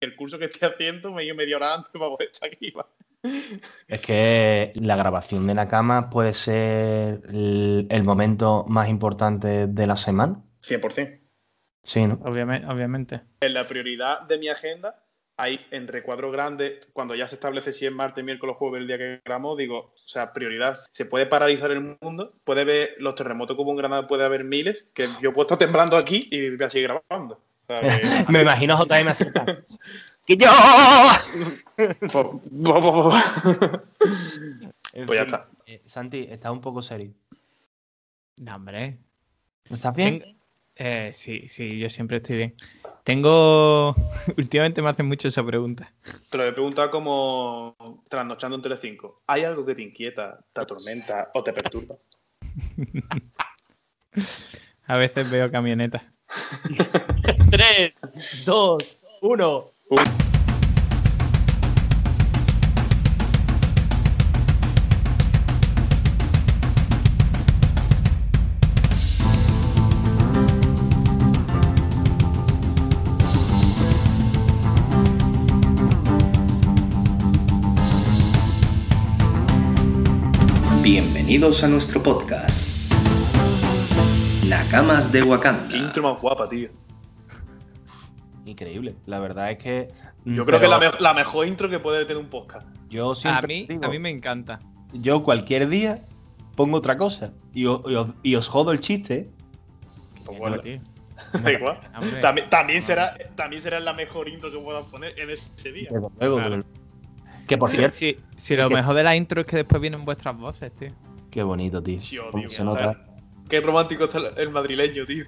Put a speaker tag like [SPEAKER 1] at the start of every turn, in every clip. [SPEAKER 1] que el curso que esté haciendo me dio media hora antes para poder estar aquí. ¿vale?
[SPEAKER 2] Es que la grabación de Nakama puede ser el, el momento más importante de la semana.
[SPEAKER 1] 100%.
[SPEAKER 2] Sí, ¿no?
[SPEAKER 3] Obviamente. obviamente.
[SPEAKER 1] En la prioridad de mi agenda hay en recuadro grande, cuando ya se establece si es martes, miércoles, jueves, el día que grabamos, digo, o sea, prioridad, se puede paralizar el mundo, puede ver los terremotos como un granada, puede haber miles, que yo he puesto temblando aquí y voy a seguir grabando. O sea, que-
[SPEAKER 2] Me imagino a JM así. ¡Que yo!
[SPEAKER 1] po- po- po- po-
[SPEAKER 2] En
[SPEAKER 1] Pues ya
[SPEAKER 2] fin,
[SPEAKER 1] está.
[SPEAKER 2] eh, Santi, estás un poco serio.
[SPEAKER 3] No, hombre.
[SPEAKER 2] ¿Estás bien?
[SPEAKER 3] Ten- eh, sí, sí, yo siempre estoy bien. Tengo. Últimamente me hacen mucho esa pregunta.
[SPEAKER 1] Te lo he preguntado como trasnochando en Telecinco. ¿Hay algo que te inquieta, te atormenta o te perturba?
[SPEAKER 3] A veces veo camionetas.
[SPEAKER 2] 3, 2, 1.
[SPEAKER 4] Bienvenidos a nuestro podcast. Nakamas de
[SPEAKER 1] Qué
[SPEAKER 4] Wakanda.
[SPEAKER 1] intro más guapa, tío.
[SPEAKER 2] Increíble. La verdad es que. mm,
[SPEAKER 1] Yo creo que es la, me- la mejor intro que puede tener un podcast.
[SPEAKER 2] Yo
[SPEAKER 3] A
[SPEAKER 2] siempre.
[SPEAKER 3] mí,
[SPEAKER 2] digo,
[SPEAKER 3] a mí me encanta.
[SPEAKER 2] Yo cualquier día pongo otra cosa y, o- y os- y os jodo el chiste.
[SPEAKER 1] Pues
[SPEAKER 3] Que
[SPEAKER 1] bueno,
[SPEAKER 3] no, tío.
[SPEAKER 1] da igual.
[SPEAKER 3] Hombre,
[SPEAKER 1] También, también,
[SPEAKER 3] no.
[SPEAKER 1] será, también será la mejor intro que puedas poner en ese día.
[SPEAKER 2] Desde luego,
[SPEAKER 3] Claro.
[SPEAKER 2] Que por cierto,
[SPEAKER 3] Sí, sí, lo mejor de la intro es que después vienen vuestras voces, tío.
[SPEAKER 2] qué bonito, tío.
[SPEAKER 1] Sí, oh,
[SPEAKER 2] Cómo
[SPEAKER 1] tío,
[SPEAKER 2] se
[SPEAKER 1] que no
[SPEAKER 2] nota.
[SPEAKER 1] sabe- Qué romántico está el- el madrileño, tío.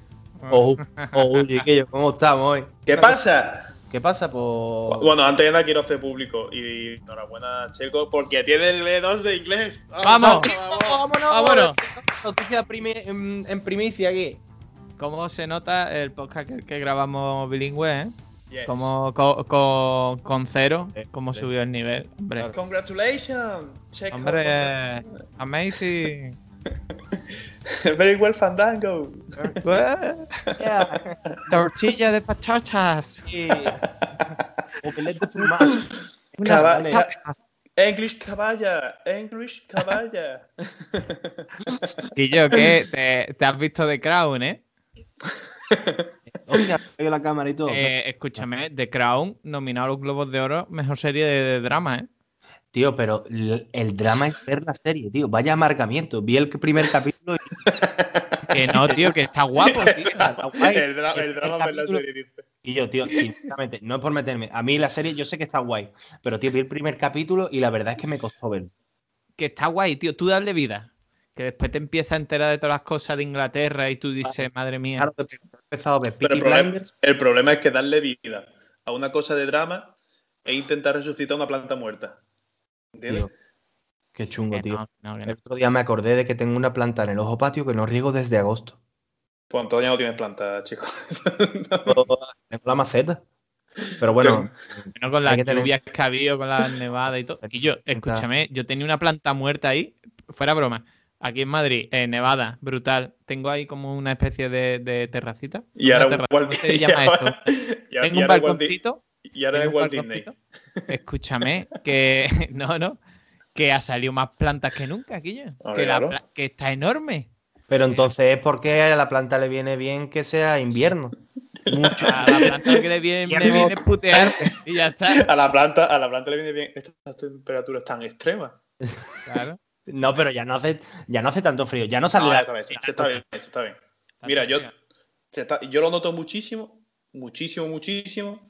[SPEAKER 2] Oh, oh, chiquillo, ¿cómo estamos hoy?
[SPEAKER 1] ¿Qué pasa?
[SPEAKER 2] ¿Qué pasa? Pues.
[SPEAKER 1] Bueno, antes de nada quiero hacer público. Y enhorabuena, Checo, porque tiene el B2 de inglés.
[SPEAKER 3] ¡Vamos!
[SPEAKER 1] chaval!
[SPEAKER 3] Ah, bueno.
[SPEAKER 2] Noticia primi- en, en primicia aquí.
[SPEAKER 3] ¿Cómo se nota el podcast que, que grabamos bilingüe, eh?
[SPEAKER 1] Yes.
[SPEAKER 3] Como co- co- con cero,
[SPEAKER 2] Eh,
[SPEAKER 3] cómo
[SPEAKER 2] eh.
[SPEAKER 3] subió el nivel. Hombre,
[SPEAKER 2] Claro.
[SPEAKER 1] Congratulations, Checo.
[SPEAKER 3] hombre amazing.
[SPEAKER 1] Very well, Fandango.
[SPEAKER 2] Yeah.
[SPEAKER 3] Tortilla de patatas.
[SPEAKER 2] Omelette de fumar. Unas
[SPEAKER 1] Cabal-
[SPEAKER 2] ganas.
[SPEAKER 1] ca- English caballa. English caballa.
[SPEAKER 3] Y yo, ¿qué? Te, te has visto The Crown, ¿eh?
[SPEAKER 2] Hostia, pego la cámara y todo.
[SPEAKER 3] Eh, Escúchame, The Crown, nominado a los Globos de Oro, mejor serie de, de drama, ¿eh?
[SPEAKER 2] Tío, pero l- el drama es ver la serie, tío. Vaya amargamiento. Vi el primer capítulo y
[SPEAKER 3] Que no, tío, que está guapo, tío.
[SPEAKER 2] está guay.
[SPEAKER 1] el, dra- el
[SPEAKER 2] El
[SPEAKER 1] drama ver la
[SPEAKER 2] capítulo-
[SPEAKER 1] serie, dice.
[SPEAKER 2] Y yo, tío, sinceramente, no es por meterme. A mí la serie yo sé que está guay. Pero, tío, vi el primer capítulo y la verdad es que me costó verlo.
[SPEAKER 3] Que está guay, tío. Tú dale vida. Que después te empiezas a enterar de todas las cosas de Inglaterra y tú dices, madre mía.
[SPEAKER 2] Claro, después he empezado a ver
[SPEAKER 1] Pero el
[SPEAKER 2] Peaky
[SPEAKER 1] problema,
[SPEAKER 2] Blinders.
[SPEAKER 1] el problema es que darle vida a una cosa de drama e intentar resucitar una planta muerta. ¿Entiendes?
[SPEAKER 2] Tío, Qué chungo,
[SPEAKER 3] Que
[SPEAKER 2] tío.
[SPEAKER 3] no, no, que no.
[SPEAKER 2] El otro día me acordé de que tengo una planta en el ojo patio que no riego desde agosto.
[SPEAKER 1] Pues todavía no tienes planta, chicos.
[SPEAKER 2] Tengo la maceta. Pero bueno,
[SPEAKER 3] Bueno, con
[SPEAKER 2] Hay
[SPEAKER 3] las
[SPEAKER 2] que tener-
[SPEAKER 3] lluvias que ha habido, con las nevadas y todo. Y yo, escúchame, yo tenía una planta muerta ahí, fuera broma, aquí en Madrid, en Nevada, brutal. Tengo ahí como una especie de, de terracita.
[SPEAKER 1] Y
[SPEAKER 3] Una
[SPEAKER 1] ahora un
[SPEAKER 3] terraza,
[SPEAKER 1] Walt
[SPEAKER 3] ¿cómo se
[SPEAKER 1] Disney.
[SPEAKER 3] llama eso?
[SPEAKER 1] Y ahora- y ahora
[SPEAKER 3] Tengo un
[SPEAKER 1] Walt Di-
[SPEAKER 3] balconcito.
[SPEAKER 1] Y ahora es
[SPEAKER 3] tengo un
[SPEAKER 1] Walt Disney.
[SPEAKER 3] balconcito. Escúchame, que no, no, que ha salido más plantas que nunca, Guillo.
[SPEAKER 1] Hombre,
[SPEAKER 3] Que, la
[SPEAKER 1] Ah, claro.
[SPEAKER 3] pla- que está enorme.
[SPEAKER 2] pero entonces es porque a la planta le viene bien que sea invierno. Mucho.
[SPEAKER 3] A la planta que le viene,
[SPEAKER 2] Ya
[SPEAKER 3] le
[SPEAKER 2] no.
[SPEAKER 3] viene putear y ya está.
[SPEAKER 1] A la planta, a la planta le viene bien estas temperaturas tan extremas.
[SPEAKER 3] Claro.
[SPEAKER 2] No, pero ya no hace, ya no hace tanto frío. Ya no sale
[SPEAKER 1] Ah,
[SPEAKER 2] la-
[SPEAKER 1] está bien, sí, se está bien, se está bien. Mira, yo, se está- yo lo noto muchísimo, muchísimo, muchísimo.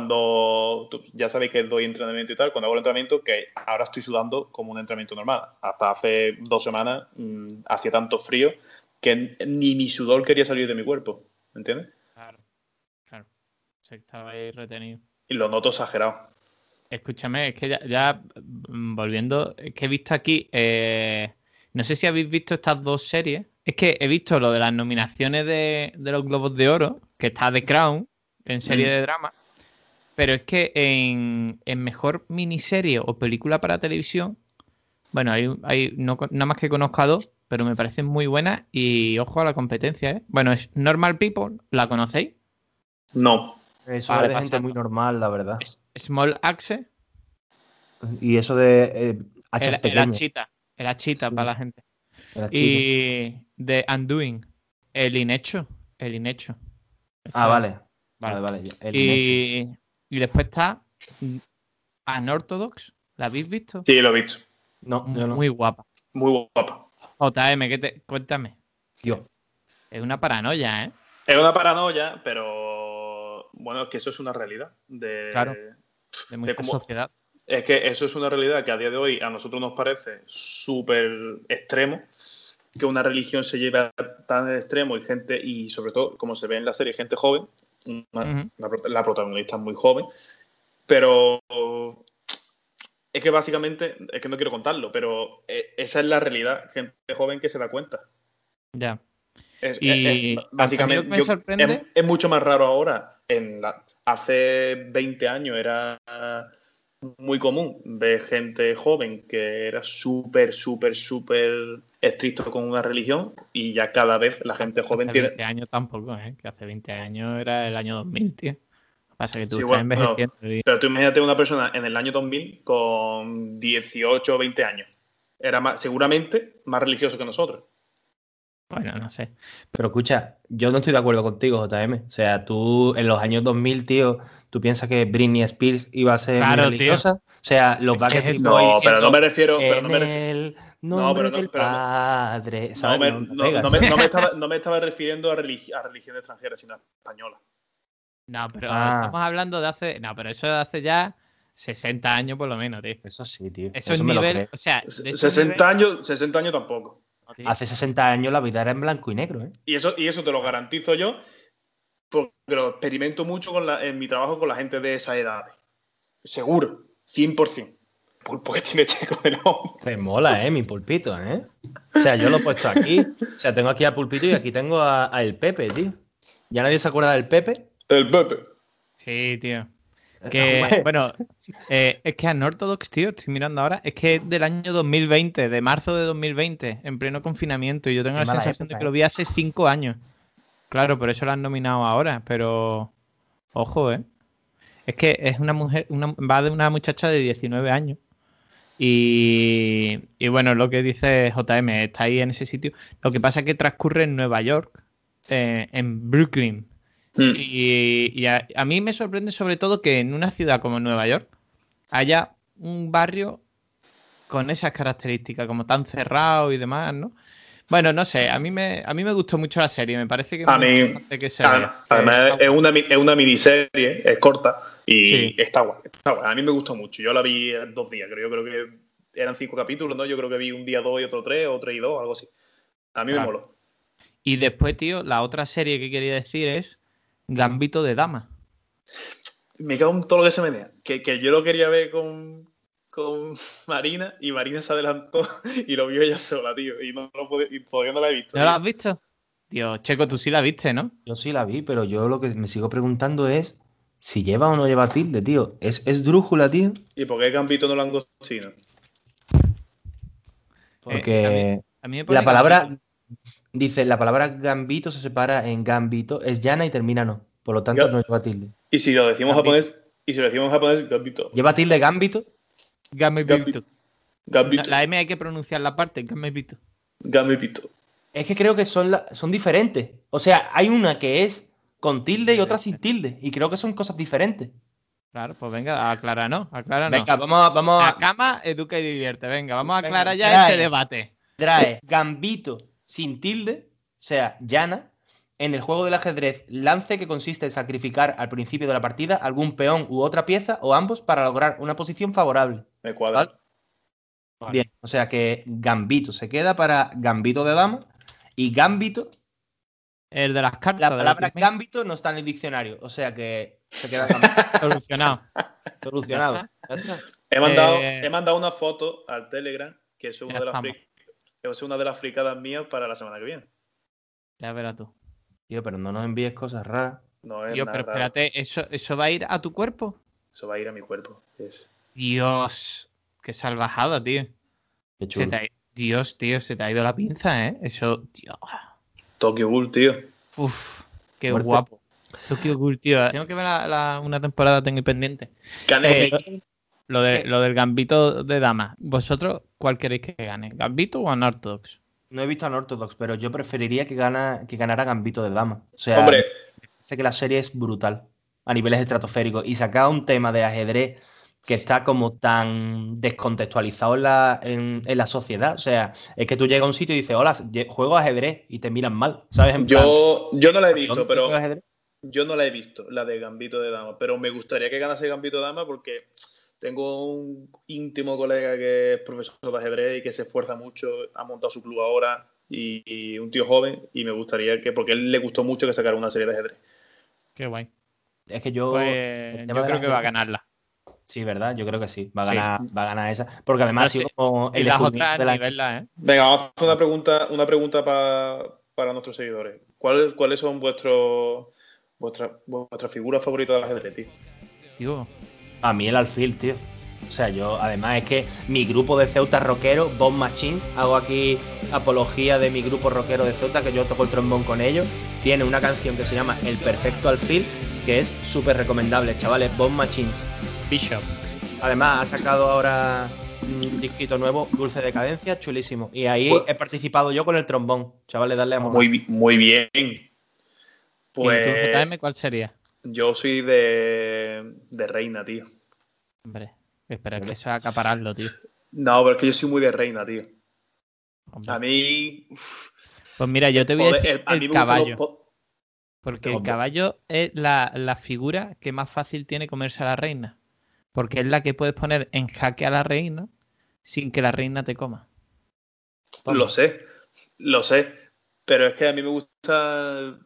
[SPEAKER 1] Cuando tú- ya sabéis que doy entrenamiento y tal, cuando hago el entrenamiento, que ahora estoy sudando como un entrenamiento normal. Hasta hace dos semanas mm, hacía tanto frío que ni mi sudor quería salir de mi cuerpo. ¿Me entiendes?
[SPEAKER 3] Claro, claro. Se estaba ahí retenido.
[SPEAKER 1] Y lo noto exagerado.
[SPEAKER 3] Escúchame, es que ya, ya, mm, volviendo, es que he visto aquí, eh, no sé si habéis visto estas dos series, es que he visto lo de las nominaciones de, de los Globos de Oro, que está The Crown, en serie
[SPEAKER 1] Mm.
[SPEAKER 3] de drama, pero es que en, en mejor miniserie o película para televisión, bueno, hay, hay no con- nada más que conozco a dos, pero me parecen muy buenas y ojo a la competencia, ¿eh? Bueno, es Normal People, ¿la conocéis?
[SPEAKER 1] No.
[SPEAKER 2] Eso
[SPEAKER 3] Vale,
[SPEAKER 2] es de gente
[SPEAKER 3] pasando.
[SPEAKER 2] muy normal, la verdad.
[SPEAKER 3] S- Small Axe,
[SPEAKER 2] Y eso de eh, hachas
[SPEAKER 3] era,
[SPEAKER 2] pequeñas.
[SPEAKER 3] era chita. Era chita
[SPEAKER 2] Sí.
[SPEAKER 3] para la gente.
[SPEAKER 2] de las chitas.
[SPEAKER 3] Y de Undoing, el inhecho. El inhecho.
[SPEAKER 2] Ah, vale.
[SPEAKER 3] Vale.
[SPEAKER 2] Vale, vale. ya, el inhecho.
[SPEAKER 3] Y, y después está Unorthodox. ¿La habéis visto?
[SPEAKER 1] Sí, lo he visto.
[SPEAKER 2] No, yo no.
[SPEAKER 3] Muy guapa.
[SPEAKER 1] Muy guapa.
[SPEAKER 3] JM, ¿qué te... cuéntame.
[SPEAKER 2] Tío,
[SPEAKER 3] Es una paranoia, ¿eh?
[SPEAKER 1] Es una paranoia, pero bueno, es que eso es una realidad. De...
[SPEAKER 3] Claro. De mucha
[SPEAKER 1] cómo-
[SPEAKER 3] sociedad.
[SPEAKER 1] Es que eso es una realidad que a día de hoy a nosotros nos parece súper extremo, que una religión se lleve a tan extremo y gente, y sobre todo, como se ve en la serie, gente joven, una-
[SPEAKER 3] Ujú.
[SPEAKER 1] la, prota- la protagonista es muy joven, pero es que básicamente, es que no quiero contarlo, pero eh, esa es la realidad, gente joven que se da cuenta.
[SPEAKER 3] Ya.
[SPEAKER 1] Es,
[SPEAKER 3] Y
[SPEAKER 1] es- es- básicamente,
[SPEAKER 3] a mí lo que me
[SPEAKER 1] yo-
[SPEAKER 3] sorprende-
[SPEAKER 1] es, es mucho más raro ahora. En la- hace 20 años era muy común ver gente joven que era súper, súper, súper estricto con una religión y ya cada vez la gente joven
[SPEAKER 3] hace
[SPEAKER 1] tiene...
[SPEAKER 3] 20 años tampoco, ¿eh? Que hace 20 años era el año 2000, tío. Lo que pasa es que tú
[SPEAKER 1] Sí,
[SPEAKER 3] estás
[SPEAKER 1] bueno,
[SPEAKER 3] envejeciendo y
[SPEAKER 1] Pero tú imagínate una persona en el año 2000 con 18 o 20 años. Era más, seguramente más religioso que nosotros.
[SPEAKER 3] bueno, no sé.
[SPEAKER 2] pero escucha, yo no estoy de acuerdo contigo, JM. O sea, tú en los años 2000, tío, tú piensas que Britney Spears iba a ser muy
[SPEAKER 3] Claro, tío.
[SPEAKER 2] religiosa. O sea, los
[SPEAKER 3] Es que
[SPEAKER 2] Backstreet
[SPEAKER 3] es eso,
[SPEAKER 2] Boys
[SPEAKER 3] y-
[SPEAKER 1] No,
[SPEAKER 3] diciendo,
[SPEAKER 1] pero no me refiero... Pero
[SPEAKER 2] en
[SPEAKER 1] no me refiero
[SPEAKER 2] el
[SPEAKER 1] No,
[SPEAKER 2] nombre
[SPEAKER 1] pero no-
[SPEAKER 2] del
[SPEAKER 1] pero no-
[SPEAKER 2] Padre.
[SPEAKER 1] No
[SPEAKER 2] ¿sabes?
[SPEAKER 1] me,
[SPEAKER 2] No, no
[SPEAKER 1] no-
[SPEAKER 2] pegas.
[SPEAKER 1] no me- no me estaba, no me estaba refiriendo a, religi- a religión extranjera, sino a española.
[SPEAKER 3] No, pero
[SPEAKER 2] Ah.
[SPEAKER 3] estamos hablando de hace. No, pero eso de hace ya 60 años por lo menos, tío.
[SPEAKER 2] Eso sí, tío.
[SPEAKER 3] Eso, es
[SPEAKER 2] me lo
[SPEAKER 3] nivel.
[SPEAKER 2] creo.
[SPEAKER 3] O sea, de esos
[SPEAKER 1] 60 años, 60 años tampoco.
[SPEAKER 3] niveles, tío.
[SPEAKER 2] Hace 60 años la vida era en blanco y negro, ¿eh?
[SPEAKER 1] Y eso, y eso te lo garantizo yo, porque lo experimento mucho con la- en mi trabajo con la gente de esa edad. Seguro, 100%. Pulpo que tiene checo de nombre.
[SPEAKER 2] Te mola, ¿eh? Mi pulpito, ¿eh? O sea, yo lo he puesto aquí. O sea, tengo aquí a Pulpito y aquí tengo a, a el Pepe, tío. ¿Ya nadie se acuerda del Pepe?
[SPEAKER 1] El Pepe.
[SPEAKER 3] Sí, tío. Que,
[SPEAKER 2] Pues.
[SPEAKER 3] bueno, eh, es que Unorthodox, tío, estoy mirando ahora, es que es del año 2020, de marzo de 2020, en pleno confinamiento, y yo tengo
[SPEAKER 2] Qué
[SPEAKER 3] la
[SPEAKER 2] mala
[SPEAKER 3] sensación
[SPEAKER 2] época,
[SPEAKER 3] de que
[SPEAKER 2] eh.
[SPEAKER 3] lo vi hace cinco años. Claro, por eso lo han nominado ahora, pero ojo, ¿eh? Es que es una mujer, una- va de una muchacha de 19 años. Y, y bueno, lo que dice JM, está ahí en ese sitio. Lo que pasa es que transcurre en Nueva York, eh, en Brooklyn,
[SPEAKER 1] Mm.
[SPEAKER 2] Mm.
[SPEAKER 3] y, y a, a mí me sorprende sobre todo que en una ciudad como Nueva York haya un barrio con esas características, como tan cerrado y demás, ¿no? Bueno, no sé, a mí me, a mí me gustó mucho la serie, me parece que es
[SPEAKER 1] A
[SPEAKER 3] muy
[SPEAKER 1] mí-
[SPEAKER 3] interesante que se vea.
[SPEAKER 1] Además, además
[SPEAKER 3] Eh,
[SPEAKER 1] es, una, mi- es una miniserie, es corta y
[SPEAKER 3] Sí.
[SPEAKER 1] está, guay, está guay. A mí me gustó mucho. Yo la vi en dos días, creo, yo creo que eran cinco capítulos, ¿no? Yo creo que vi un día dos y otro tres, o tres y dos, algo así. A mí
[SPEAKER 3] Claro.
[SPEAKER 1] me moló.
[SPEAKER 3] Y después, tío, la otra serie que quería decir es Gambito de Dama.
[SPEAKER 1] Me cago en todo lo que se menea. Que, que yo lo quería ver con, con Marina y Marina se adelantó y lo vio ella sola, tío. Y, no, lo pude- y todavía no la he visto.
[SPEAKER 3] ¿No la has
[SPEAKER 1] tío.
[SPEAKER 3] visto? Tío, Checo, tú sí la viste, ¿no?
[SPEAKER 2] Yo sí la vi, pero yo lo que me sigo preguntando es si lleva o no lleva tilde, tío. ¿Es, es drújula, tío?
[SPEAKER 1] ¿Y por qué Gambito no langostino?
[SPEAKER 2] Porque...
[SPEAKER 3] Eh, A mí me pone
[SPEAKER 2] La palabra,
[SPEAKER 3] Gambito.
[SPEAKER 2] dice, la palabra gambito se separa en gambito, es llana y termina no. Por lo tanto,
[SPEAKER 1] Ga-
[SPEAKER 2] no lleva tilde.
[SPEAKER 1] Y si lo decimos
[SPEAKER 3] Gambito.
[SPEAKER 1] japonés, y si lo decimos japonés, Gambito.
[SPEAKER 2] ¿Lleva tilde gambito?
[SPEAKER 3] Gambito.
[SPEAKER 1] Gambito.
[SPEAKER 3] No,
[SPEAKER 1] Gambito.
[SPEAKER 3] la M hay que pronunciar la parte, Gambito.
[SPEAKER 1] Gambito.
[SPEAKER 2] Es que creo que son, la- son diferentes. O sea, hay una que es con tilde y otra sin tilde. Y creo que son cosas diferentes.
[SPEAKER 3] Claro, pues venga, acláranos, acláranos.
[SPEAKER 2] Venga, vamos a, vamos
[SPEAKER 3] La
[SPEAKER 2] a
[SPEAKER 3] cama educa y divierte. Venga, vamos a
[SPEAKER 2] Venga,
[SPEAKER 3] aclarar ya
[SPEAKER 2] trae.
[SPEAKER 3] este debate.
[SPEAKER 2] trae gambito sin tilde, o sea, llana. En el juego del ajedrez, lance que consiste en sacrificar al principio de la partida algún peón u otra pieza o ambos para lograr una posición favorable.
[SPEAKER 1] Me cuadra.
[SPEAKER 2] Vale. Bien, o sea que Gambito se queda para Gambito de Dama y Gambito,
[SPEAKER 3] El de las cartas.
[SPEAKER 2] la
[SPEAKER 3] de
[SPEAKER 2] palabra
[SPEAKER 3] Pikmin,
[SPEAKER 2] Gambito no está en el diccionario, o sea que se queda Gambito
[SPEAKER 3] solucionado.
[SPEAKER 2] solucionado.
[SPEAKER 1] He mandado,
[SPEAKER 3] Eh,
[SPEAKER 1] he mandado una foto al Telegram, que es una,
[SPEAKER 3] ya
[SPEAKER 1] de las
[SPEAKER 3] estamos.
[SPEAKER 1] fri- es una de las fricadas mías para la semana que viene.
[SPEAKER 3] Ya verás tú.
[SPEAKER 2] Tío, pero no nos envíes cosas raras.
[SPEAKER 1] No es
[SPEAKER 3] Tío,
[SPEAKER 1] nada
[SPEAKER 3] pero
[SPEAKER 1] raro.
[SPEAKER 3] espérate, ¿eso, ¿eso va a ir a tu cuerpo?
[SPEAKER 1] Eso va a ir a mi cuerpo. Es...
[SPEAKER 3] Dios, qué salvajada, tío.
[SPEAKER 2] Qué
[SPEAKER 3] Se te ha i- Dios, tío, se te ha ido la pinza, ¿eh? Eso, Dios.
[SPEAKER 1] Tokyo Ghoul, tío.
[SPEAKER 3] Uf, qué
[SPEAKER 2] Fuerte.
[SPEAKER 3] guapo. Tokyo Ghoul, tío. Tengo que ver la- la- una temporada, tengo ahí pendiente.
[SPEAKER 1] Gané.
[SPEAKER 3] Eh,
[SPEAKER 2] Eh,
[SPEAKER 3] Lo, de, lo del gambito de damas. ¿Vosotros cuál queréis que gane? ¿Gambito o Unorthodox?
[SPEAKER 2] No he visto a Orthodox, pero yo preferiría que, gana, que ganara Gambito de Dama. O sea,
[SPEAKER 1] Hombre,
[SPEAKER 2] Sé que la serie es brutal a niveles estratosféricos y sacar un tema de ajedrez que está como tan descontextualizado en la, en, en la sociedad. O sea, es que tú llegas a un sitio y dices, hola, lle- juego ajedrez y te miran mal, ¿sabes? En plan,
[SPEAKER 1] yo, yo no la he
[SPEAKER 2] "¿Dónde
[SPEAKER 1] visto,
[SPEAKER 2] tú
[SPEAKER 1] pero
[SPEAKER 2] juegas ajedrez?".
[SPEAKER 1] yo no la he visto, la de Gambito de Dama. Pero me gustaría que ganase Gambito de Dama porque tengo un íntimo colega que es profesor de ajedrez y que se esfuerza mucho, ha montado su club ahora y, y un tío joven y me gustaría que, porque a él le gustó mucho que sacara una serie de ajedrez.
[SPEAKER 3] Qué guay.
[SPEAKER 2] Es que yo...
[SPEAKER 3] Pues
[SPEAKER 2] el
[SPEAKER 3] yo
[SPEAKER 2] tema del
[SPEAKER 3] creo que va a
[SPEAKER 2] ajedrez-
[SPEAKER 3] ganarla.
[SPEAKER 2] Sí, ¿verdad? Yo creo que sí. Va a
[SPEAKER 3] Sí.
[SPEAKER 2] ganar, va a ganar esa. Porque además ha
[SPEAKER 3] Pero
[SPEAKER 2] sido
[SPEAKER 3] sí.
[SPEAKER 2] como
[SPEAKER 3] Y
[SPEAKER 2] el
[SPEAKER 3] las
[SPEAKER 2] descubrimiento
[SPEAKER 3] otras
[SPEAKER 2] de la-
[SPEAKER 3] ni verlas, ¿eh?
[SPEAKER 1] Venga, vamos a hacer una pregunta, una pregunta pa- para nuestros seguidores. ¿Cuál- ¿Cuáles son vuestros vuestra, vuestra figura favorita del ajedrez, tío?
[SPEAKER 3] Tío,
[SPEAKER 2] A mí el alfil, tío. O sea, yo, además es que mi grupo de Ceuta rockero, Bomb Machines, hago aquí apología de mi grupo rockero de Ceuta, que yo toco el trombón con ellos. Tiene una canción que se llama El Perfecto Alfil, que es súper recomendable, chavales, Bomb Machines.
[SPEAKER 3] Bishop.
[SPEAKER 2] Además, ha sacado ahora un disquito nuevo, Dulce Decadencia, chulísimo. Y ahí
[SPEAKER 1] Pues-
[SPEAKER 2] he participado yo con el trombón, chavales, darle amor.
[SPEAKER 1] Muy, bi- muy bien.
[SPEAKER 3] ¿Y tú,
[SPEAKER 1] Pues
[SPEAKER 3] JM, cuál sería?
[SPEAKER 1] yo soy de, de reina, tío.
[SPEAKER 3] Hombre, espera, es que eso es acapararlo, tío.
[SPEAKER 1] No, pero es que yo soy muy de reina, tío.
[SPEAKER 3] Hombre.
[SPEAKER 1] A mí. uf,
[SPEAKER 3] Pues mira, yo te voy a
[SPEAKER 1] poder-
[SPEAKER 3] decir
[SPEAKER 1] Ah, el- a mí
[SPEAKER 3] el
[SPEAKER 1] me gustan los
[SPEAKER 3] caballo.
[SPEAKER 1] po-
[SPEAKER 3] Porque el
[SPEAKER 1] Hombre.
[SPEAKER 3] caballo es la, la figura que más fácil tiene comerse a la reina. Porque es la que puedes poner en jaque a la reina sin que la reina te coma.
[SPEAKER 1] Lo sé, lo sé. Pero es que a mí me gustan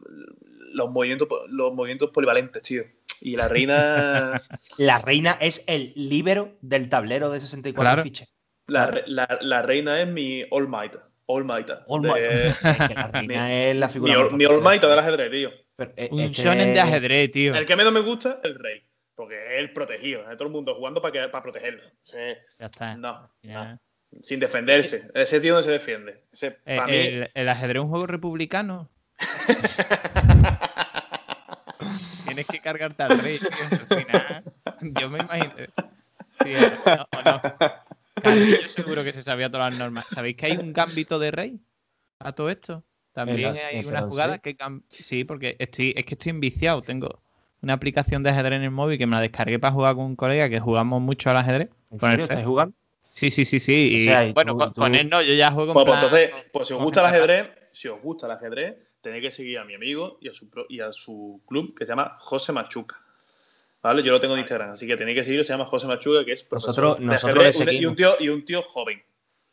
[SPEAKER 1] los movimientos, los movimientos polivalentes, tío. Y la reina.
[SPEAKER 2] La reina es el líbero del tablero de 64
[SPEAKER 3] Claro.
[SPEAKER 2] fichas.
[SPEAKER 1] La, re- la- la reina es mi All Might. All Might.
[SPEAKER 2] All
[SPEAKER 1] De-
[SPEAKER 2] Might. Es que la reina es la
[SPEAKER 1] Mi,
[SPEAKER 2] figura.
[SPEAKER 1] all-
[SPEAKER 2] más
[SPEAKER 1] mi All
[SPEAKER 2] popular.
[SPEAKER 1] Might del ajedrez, tío.
[SPEAKER 2] Pero, eh,
[SPEAKER 3] Un
[SPEAKER 2] es que-
[SPEAKER 3] shonen de ajedrez, tío.
[SPEAKER 1] Este El que menos me gusta es el rey. Porque es el protegido. Es todo el mundo jugando para, que- para protegerlo. Sí,
[SPEAKER 2] Ah,
[SPEAKER 3] Ya está.
[SPEAKER 1] no,
[SPEAKER 3] Ya.
[SPEAKER 1] no. Sin
[SPEAKER 2] Eh,
[SPEAKER 1] defenderse. Ese tío no se defiende. Ese,
[SPEAKER 3] Eh,
[SPEAKER 1] para mí,
[SPEAKER 3] el, el ajedrez es un juego republicano. Tienes que cargarte al rey. tío, al final. Yo me imagino. Sí, o no, o no. Carrillo seguro que se sabía todas las normas. ¿Sabéis que hay un gambito de rey a todo esto? También
[SPEAKER 2] las-
[SPEAKER 3] hay
[SPEAKER 2] en
[SPEAKER 3] una
[SPEAKER 2] las-
[SPEAKER 3] jugada
[SPEAKER 2] este sí.
[SPEAKER 3] que. gam- Sí, porque estoy, es que estoy enviciado. Tengo una aplicación de ajedrez en el móvil que me la descargué para jugar con un colega que jugamos mucho al ajedrez.
[SPEAKER 2] ¿En
[SPEAKER 3] Con el
[SPEAKER 2] serio
[SPEAKER 3] Fer.
[SPEAKER 2] estáis jugando?
[SPEAKER 3] Sí, sí, sí, sí.
[SPEAKER 2] O
[SPEAKER 3] y,
[SPEAKER 2] sea, y
[SPEAKER 3] bueno,
[SPEAKER 2] tú-
[SPEAKER 3] con,
[SPEAKER 2] tú-
[SPEAKER 3] con él no, yo ya juego en
[SPEAKER 1] Bueno, pues
[SPEAKER 3] plan-
[SPEAKER 1] entonces, pues si os
[SPEAKER 3] con
[SPEAKER 1] gusta el
[SPEAKER 3] gente
[SPEAKER 1] ajedrez, si os gusta el ajedrez, tenéis que seguir a mi amigo y a su, pro- y a su club que se llama José Machuca. ¿Vale? Yo lo tengo en Instagram, así que tenéis que seguirlo. Se llama José Machuca, que es profesor
[SPEAKER 2] Nosotros-
[SPEAKER 1] de
[SPEAKER 2] nosotros
[SPEAKER 1] ajedrez,
[SPEAKER 2] le
[SPEAKER 1] un- y, un
[SPEAKER 2] seguimos.
[SPEAKER 1] tío, y un tío joven.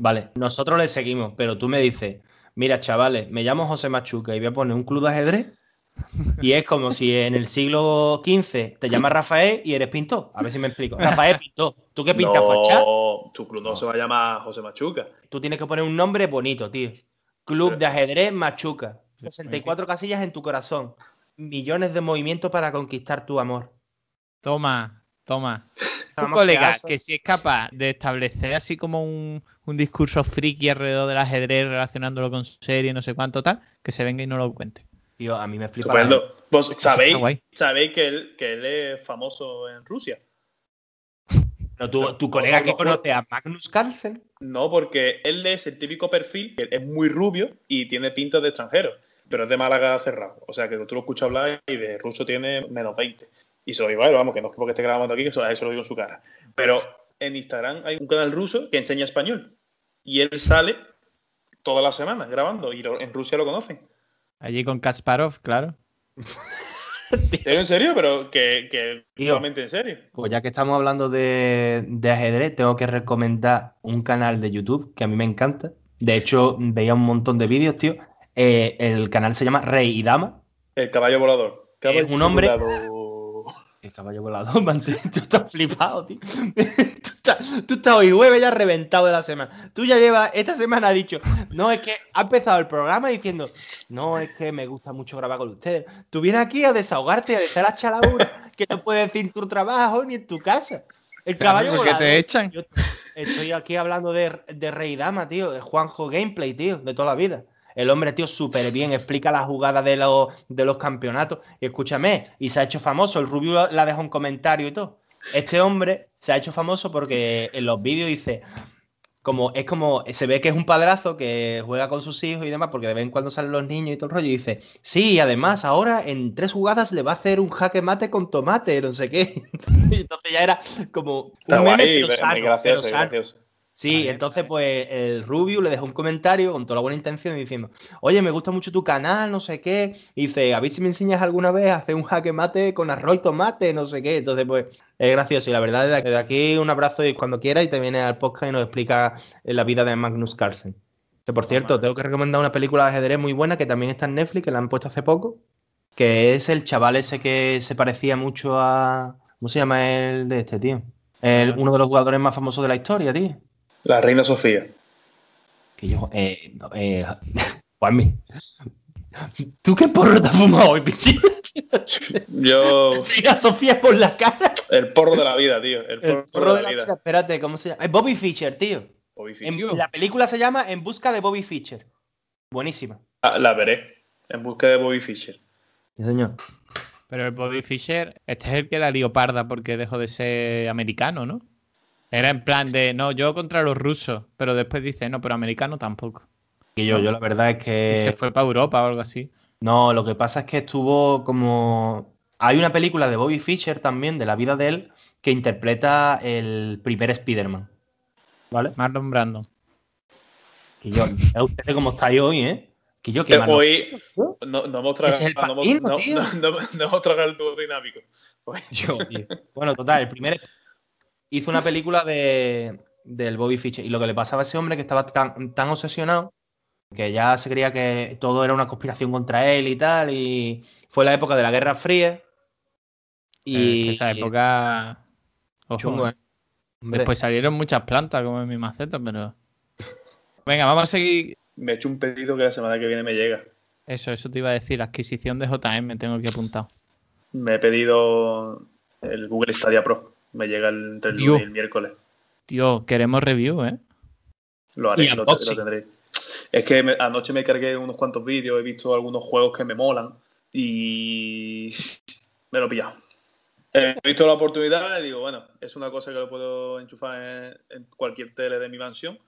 [SPEAKER 2] Vale, nosotros le seguimos, pero tú me dices, mira, chavales, me llamo José Machuca y voy a poner un club de ajedrez. Y es como si en el siglo XV te llamas Rafael y eres pintor. A ver si me explico. Rafael pintor. ¿Tú qué pintas, fachada?
[SPEAKER 1] No, tu club no, se va a llamar José Machuca.
[SPEAKER 2] Tú tienes que poner un nombre bonito, tío. Club de ajedrez Machuca. 64 casillas en tu corazón. Millones de movimientos para conquistar tu amor.
[SPEAKER 3] Toma, toma. Un
[SPEAKER 2] Vamos,
[SPEAKER 3] colega
[SPEAKER 2] pedazo.
[SPEAKER 3] que si es capaz de establecer así como un, un discurso friki alrededor del ajedrez relacionándolo con serie, no sé cuánto tal, que se venga y no lo cuente.
[SPEAKER 2] Tío, a mí me flipa. la gente.
[SPEAKER 1] Estupendo. Vos sabéis,
[SPEAKER 3] Está Ah, guay.
[SPEAKER 1] sabéis que, él, que él es famoso en Rusia.
[SPEAKER 2] Pero tu, tu colega
[SPEAKER 1] No,
[SPEAKER 2] que
[SPEAKER 1] no, no.
[SPEAKER 2] conoce a Magnus Carlsen.
[SPEAKER 1] No, porque él es el típico perfil, que es muy rubio y tiene pinta de extranjero, pero es de Málaga cerrado. O sea, que tú lo escuchas hablar y de ruso tiene menos 20. Y se lo digo a él, vamos, que no es porque esté grabando aquí, que eso, a él se lo digo en su cara. Pero en Instagram hay un canal ruso que enseña español y él sale todas las semanas grabando y lo- en Rusia lo conocen.
[SPEAKER 3] Allí con Kasparov, claro.
[SPEAKER 1] Pero en serio, pero que, que
[SPEAKER 2] Tío.
[SPEAKER 1] realmente en serio.
[SPEAKER 2] Pues ya que estamos hablando de, de ajedrez, tengo que recomendar un canal de YouTube que a mí me encanta. De hecho, veía un montón de vídeos, tío. Eh, el canal se llama Rey y Dama.
[SPEAKER 1] El caballo volador. Caballo
[SPEAKER 2] Es un hombre.
[SPEAKER 1] volador.
[SPEAKER 2] El caballo volador, man, tú estás flipado, tío. Tú estás, tú estás hoy jueves ya reventado de la semana. Tú ya llevas, esta semana ha dicho, no, es que ha empezado el programa diciendo, no, es que me gusta mucho grabar con ustedes. Tú vienes aquí a desahogarte, a dejar la chalaura, que no puedes decir tu trabajo ni en tu casa. El caballo
[SPEAKER 3] Claro, porque
[SPEAKER 2] volador.
[SPEAKER 3] te echan.
[SPEAKER 2] Yo estoy aquí hablando de, de Rey y Dama, tío, de Juanjo Gameplay, tío, de toda la vida. El hombre, tío, súper bien, explica la jugada de los, de los campeonatos. Y escúchame, y se ha hecho famoso. El Rubio la dejó un comentario y todo. Este hombre se ha hecho famoso porque en los vídeos dice. Como, es como, se ve que es un padrazo que juega con sus hijos y demás, porque de vez en cuando salen los niños y todo el rollo, y dice, sí, además, ahora en tres jugadas le va a hacer un jaque mate con tomate, no sé qué. Entonces ya era como un
[SPEAKER 1] Está
[SPEAKER 2] meme,
[SPEAKER 1] guay,
[SPEAKER 2] pero
[SPEAKER 1] pero
[SPEAKER 2] sano,
[SPEAKER 1] gracioso,
[SPEAKER 2] pero sano.
[SPEAKER 1] gracioso.
[SPEAKER 2] Sí, entonces pues el Rubio le dejó un comentario con toda la buena intención diciendo, oye, me gusta mucho tu canal, no sé qué. Y dice, a ver si me enseñas alguna vez a hacer un jaque mate con arroz y tomate, no sé qué. Entonces pues es gracioso y la verdad es que de aquí un abrazo y cuando quieras y te vienes al podcast y nos explica eh, la vida de Magnus Carlsen. Que por cierto, tengo que recomendar una película de ajedrez muy buena que también está en Netflix, que la han puesto hace poco, que es el chaval ese que se parecía mucho a... ¿Cómo se llama el de este, tío? El- uno de los jugadores más famosos de la historia, tío.
[SPEAKER 1] La reina Sofía.
[SPEAKER 2] Que yo, eh, no, eh, Juanmi. ¿Tú qué porro te has fumado hoy, pichito?
[SPEAKER 1] Yo.
[SPEAKER 2] Tira a Sofía por la cara.
[SPEAKER 1] El porro de la vida, tío. El porro,
[SPEAKER 2] El porro de la vida. Espérate, ¿cómo se llama? Es Bobby Fischer, tío.
[SPEAKER 1] Bobby Fischer.
[SPEAKER 2] En- la película se llama En busca de Bobby Fischer. Buenísima.
[SPEAKER 1] Ah, la veré. En busca de Bobby Fischer.
[SPEAKER 2] Sí, señor.
[SPEAKER 3] Pero el Bobby Fischer, este es el que la leoparda porque dejó de ser americano, ¿no? Era en plan de, no, yo contra los rusos, pero después dice, no, pero americano tampoco.
[SPEAKER 2] Que yo, yo la verdad es
[SPEAKER 3] Y se
[SPEAKER 2] que.
[SPEAKER 3] fue para Europa o algo así.
[SPEAKER 2] No, lo que pasa es que estuvo como. Hay una película de Bobby Fischer también, de la vida de él, que interpreta el primer Spider-Man. ¿Vale?
[SPEAKER 3] Marlon Brando.
[SPEAKER 2] Que yo, a ustedes cómo estáis hoy, ¿eh? Que yo, que
[SPEAKER 1] Eh,
[SPEAKER 2] mal no-
[SPEAKER 1] hoy no, no hemos
[SPEAKER 2] Es
[SPEAKER 1] tragado
[SPEAKER 2] el
[SPEAKER 1] no hemos-
[SPEAKER 2] padrino,
[SPEAKER 1] no-
[SPEAKER 2] tío.
[SPEAKER 1] no- no- no hemos tragado el dúo dinámico. Hoy-
[SPEAKER 2] Yo, tío. Bueno, total, el primer e-, hizo una película de, del Bobby Fischer y lo que le pasaba a ese hombre que estaba tan, tan obsesionado que ya se creía que todo era una conspiración contra él y tal y fue la época de la Guerra Fría
[SPEAKER 3] Y
[SPEAKER 2] y
[SPEAKER 3] Eh, esa época. Ojo,
[SPEAKER 2] chungo,
[SPEAKER 3] eh.
[SPEAKER 2] ¿eh? Hombre,
[SPEAKER 3] Después salieron muchas plantas, como en mi maceta, pero. Venga, vamos a seguir.
[SPEAKER 1] Me he hecho un pedido que la semana que viene me llega.
[SPEAKER 3] Eso, eso te iba a decir, la adquisición de JM, tengo aquí apuntado.
[SPEAKER 1] Me he pedido el Google Stadia Pro. Me llega el, entre el
[SPEAKER 3] Dios.
[SPEAKER 1] lunes y el miércoles.
[SPEAKER 3] Tío, queremos review, ¿eh?
[SPEAKER 1] Lo haré,
[SPEAKER 2] Y
[SPEAKER 1] lo, lo
[SPEAKER 2] unboxing.
[SPEAKER 1] tendré. Es que me- anoche me cargué unos cuantos vídeos, he visto algunos juegos que me molan y me lo he pillado. He visto la oportunidad y digo, bueno, es una cosa que lo puedo enchufar en, en cualquier tele de mi mansión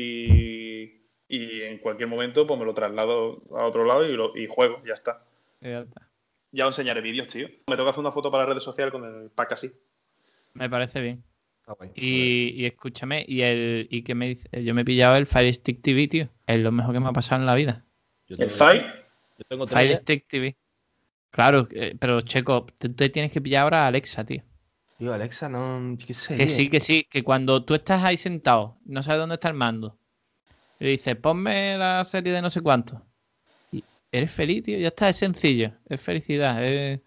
[SPEAKER 1] y, y en cualquier momento pues me lo traslado a otro lado y, lo- y juego, ya está.
[SPEAKER 3] Y ya está.
[SPEAKER 1] Ya os enseñaré vídeos, tío. Me toca hacer una foto para las redes sociales con el pack así.
[SPEAKER 3] Me parece bien.
[SPEAKER 2] está guay.
[SPEAKER 3] Y, y escúchame, y el y que me dice, yo me he pillado el Fire Stick TV, tío. Es lo mejor que me ha pasado en la vida.
[SPEAKER 2] Yo
[SPEAKER 1] El
[SPEAKER 2] tengo-
[SPEAKER 1] Fire,
[SPEAKER 2] yo tengo tres
[SPEAKER 3] Fire
[SPEAKER 2] ya.
[SPEAKER 3] Stick TV. Claro, eh, pero checo, tú te tienes que pillar ahora a Alexa, tío.
[SPEAKER 2] Tío, Alexa, no, yo qué sé,
[SPEAKER 3] Que
[SPEAKER 2] tío.
[SPEAKER 3] sí, que sí, que cuando tú estás ahí sentado, no sabes dónde está el mando, y dices, ponme la serie de no sé cuánto. Y eres feliz, tío, ya está, es sencillo, es felicidad. es-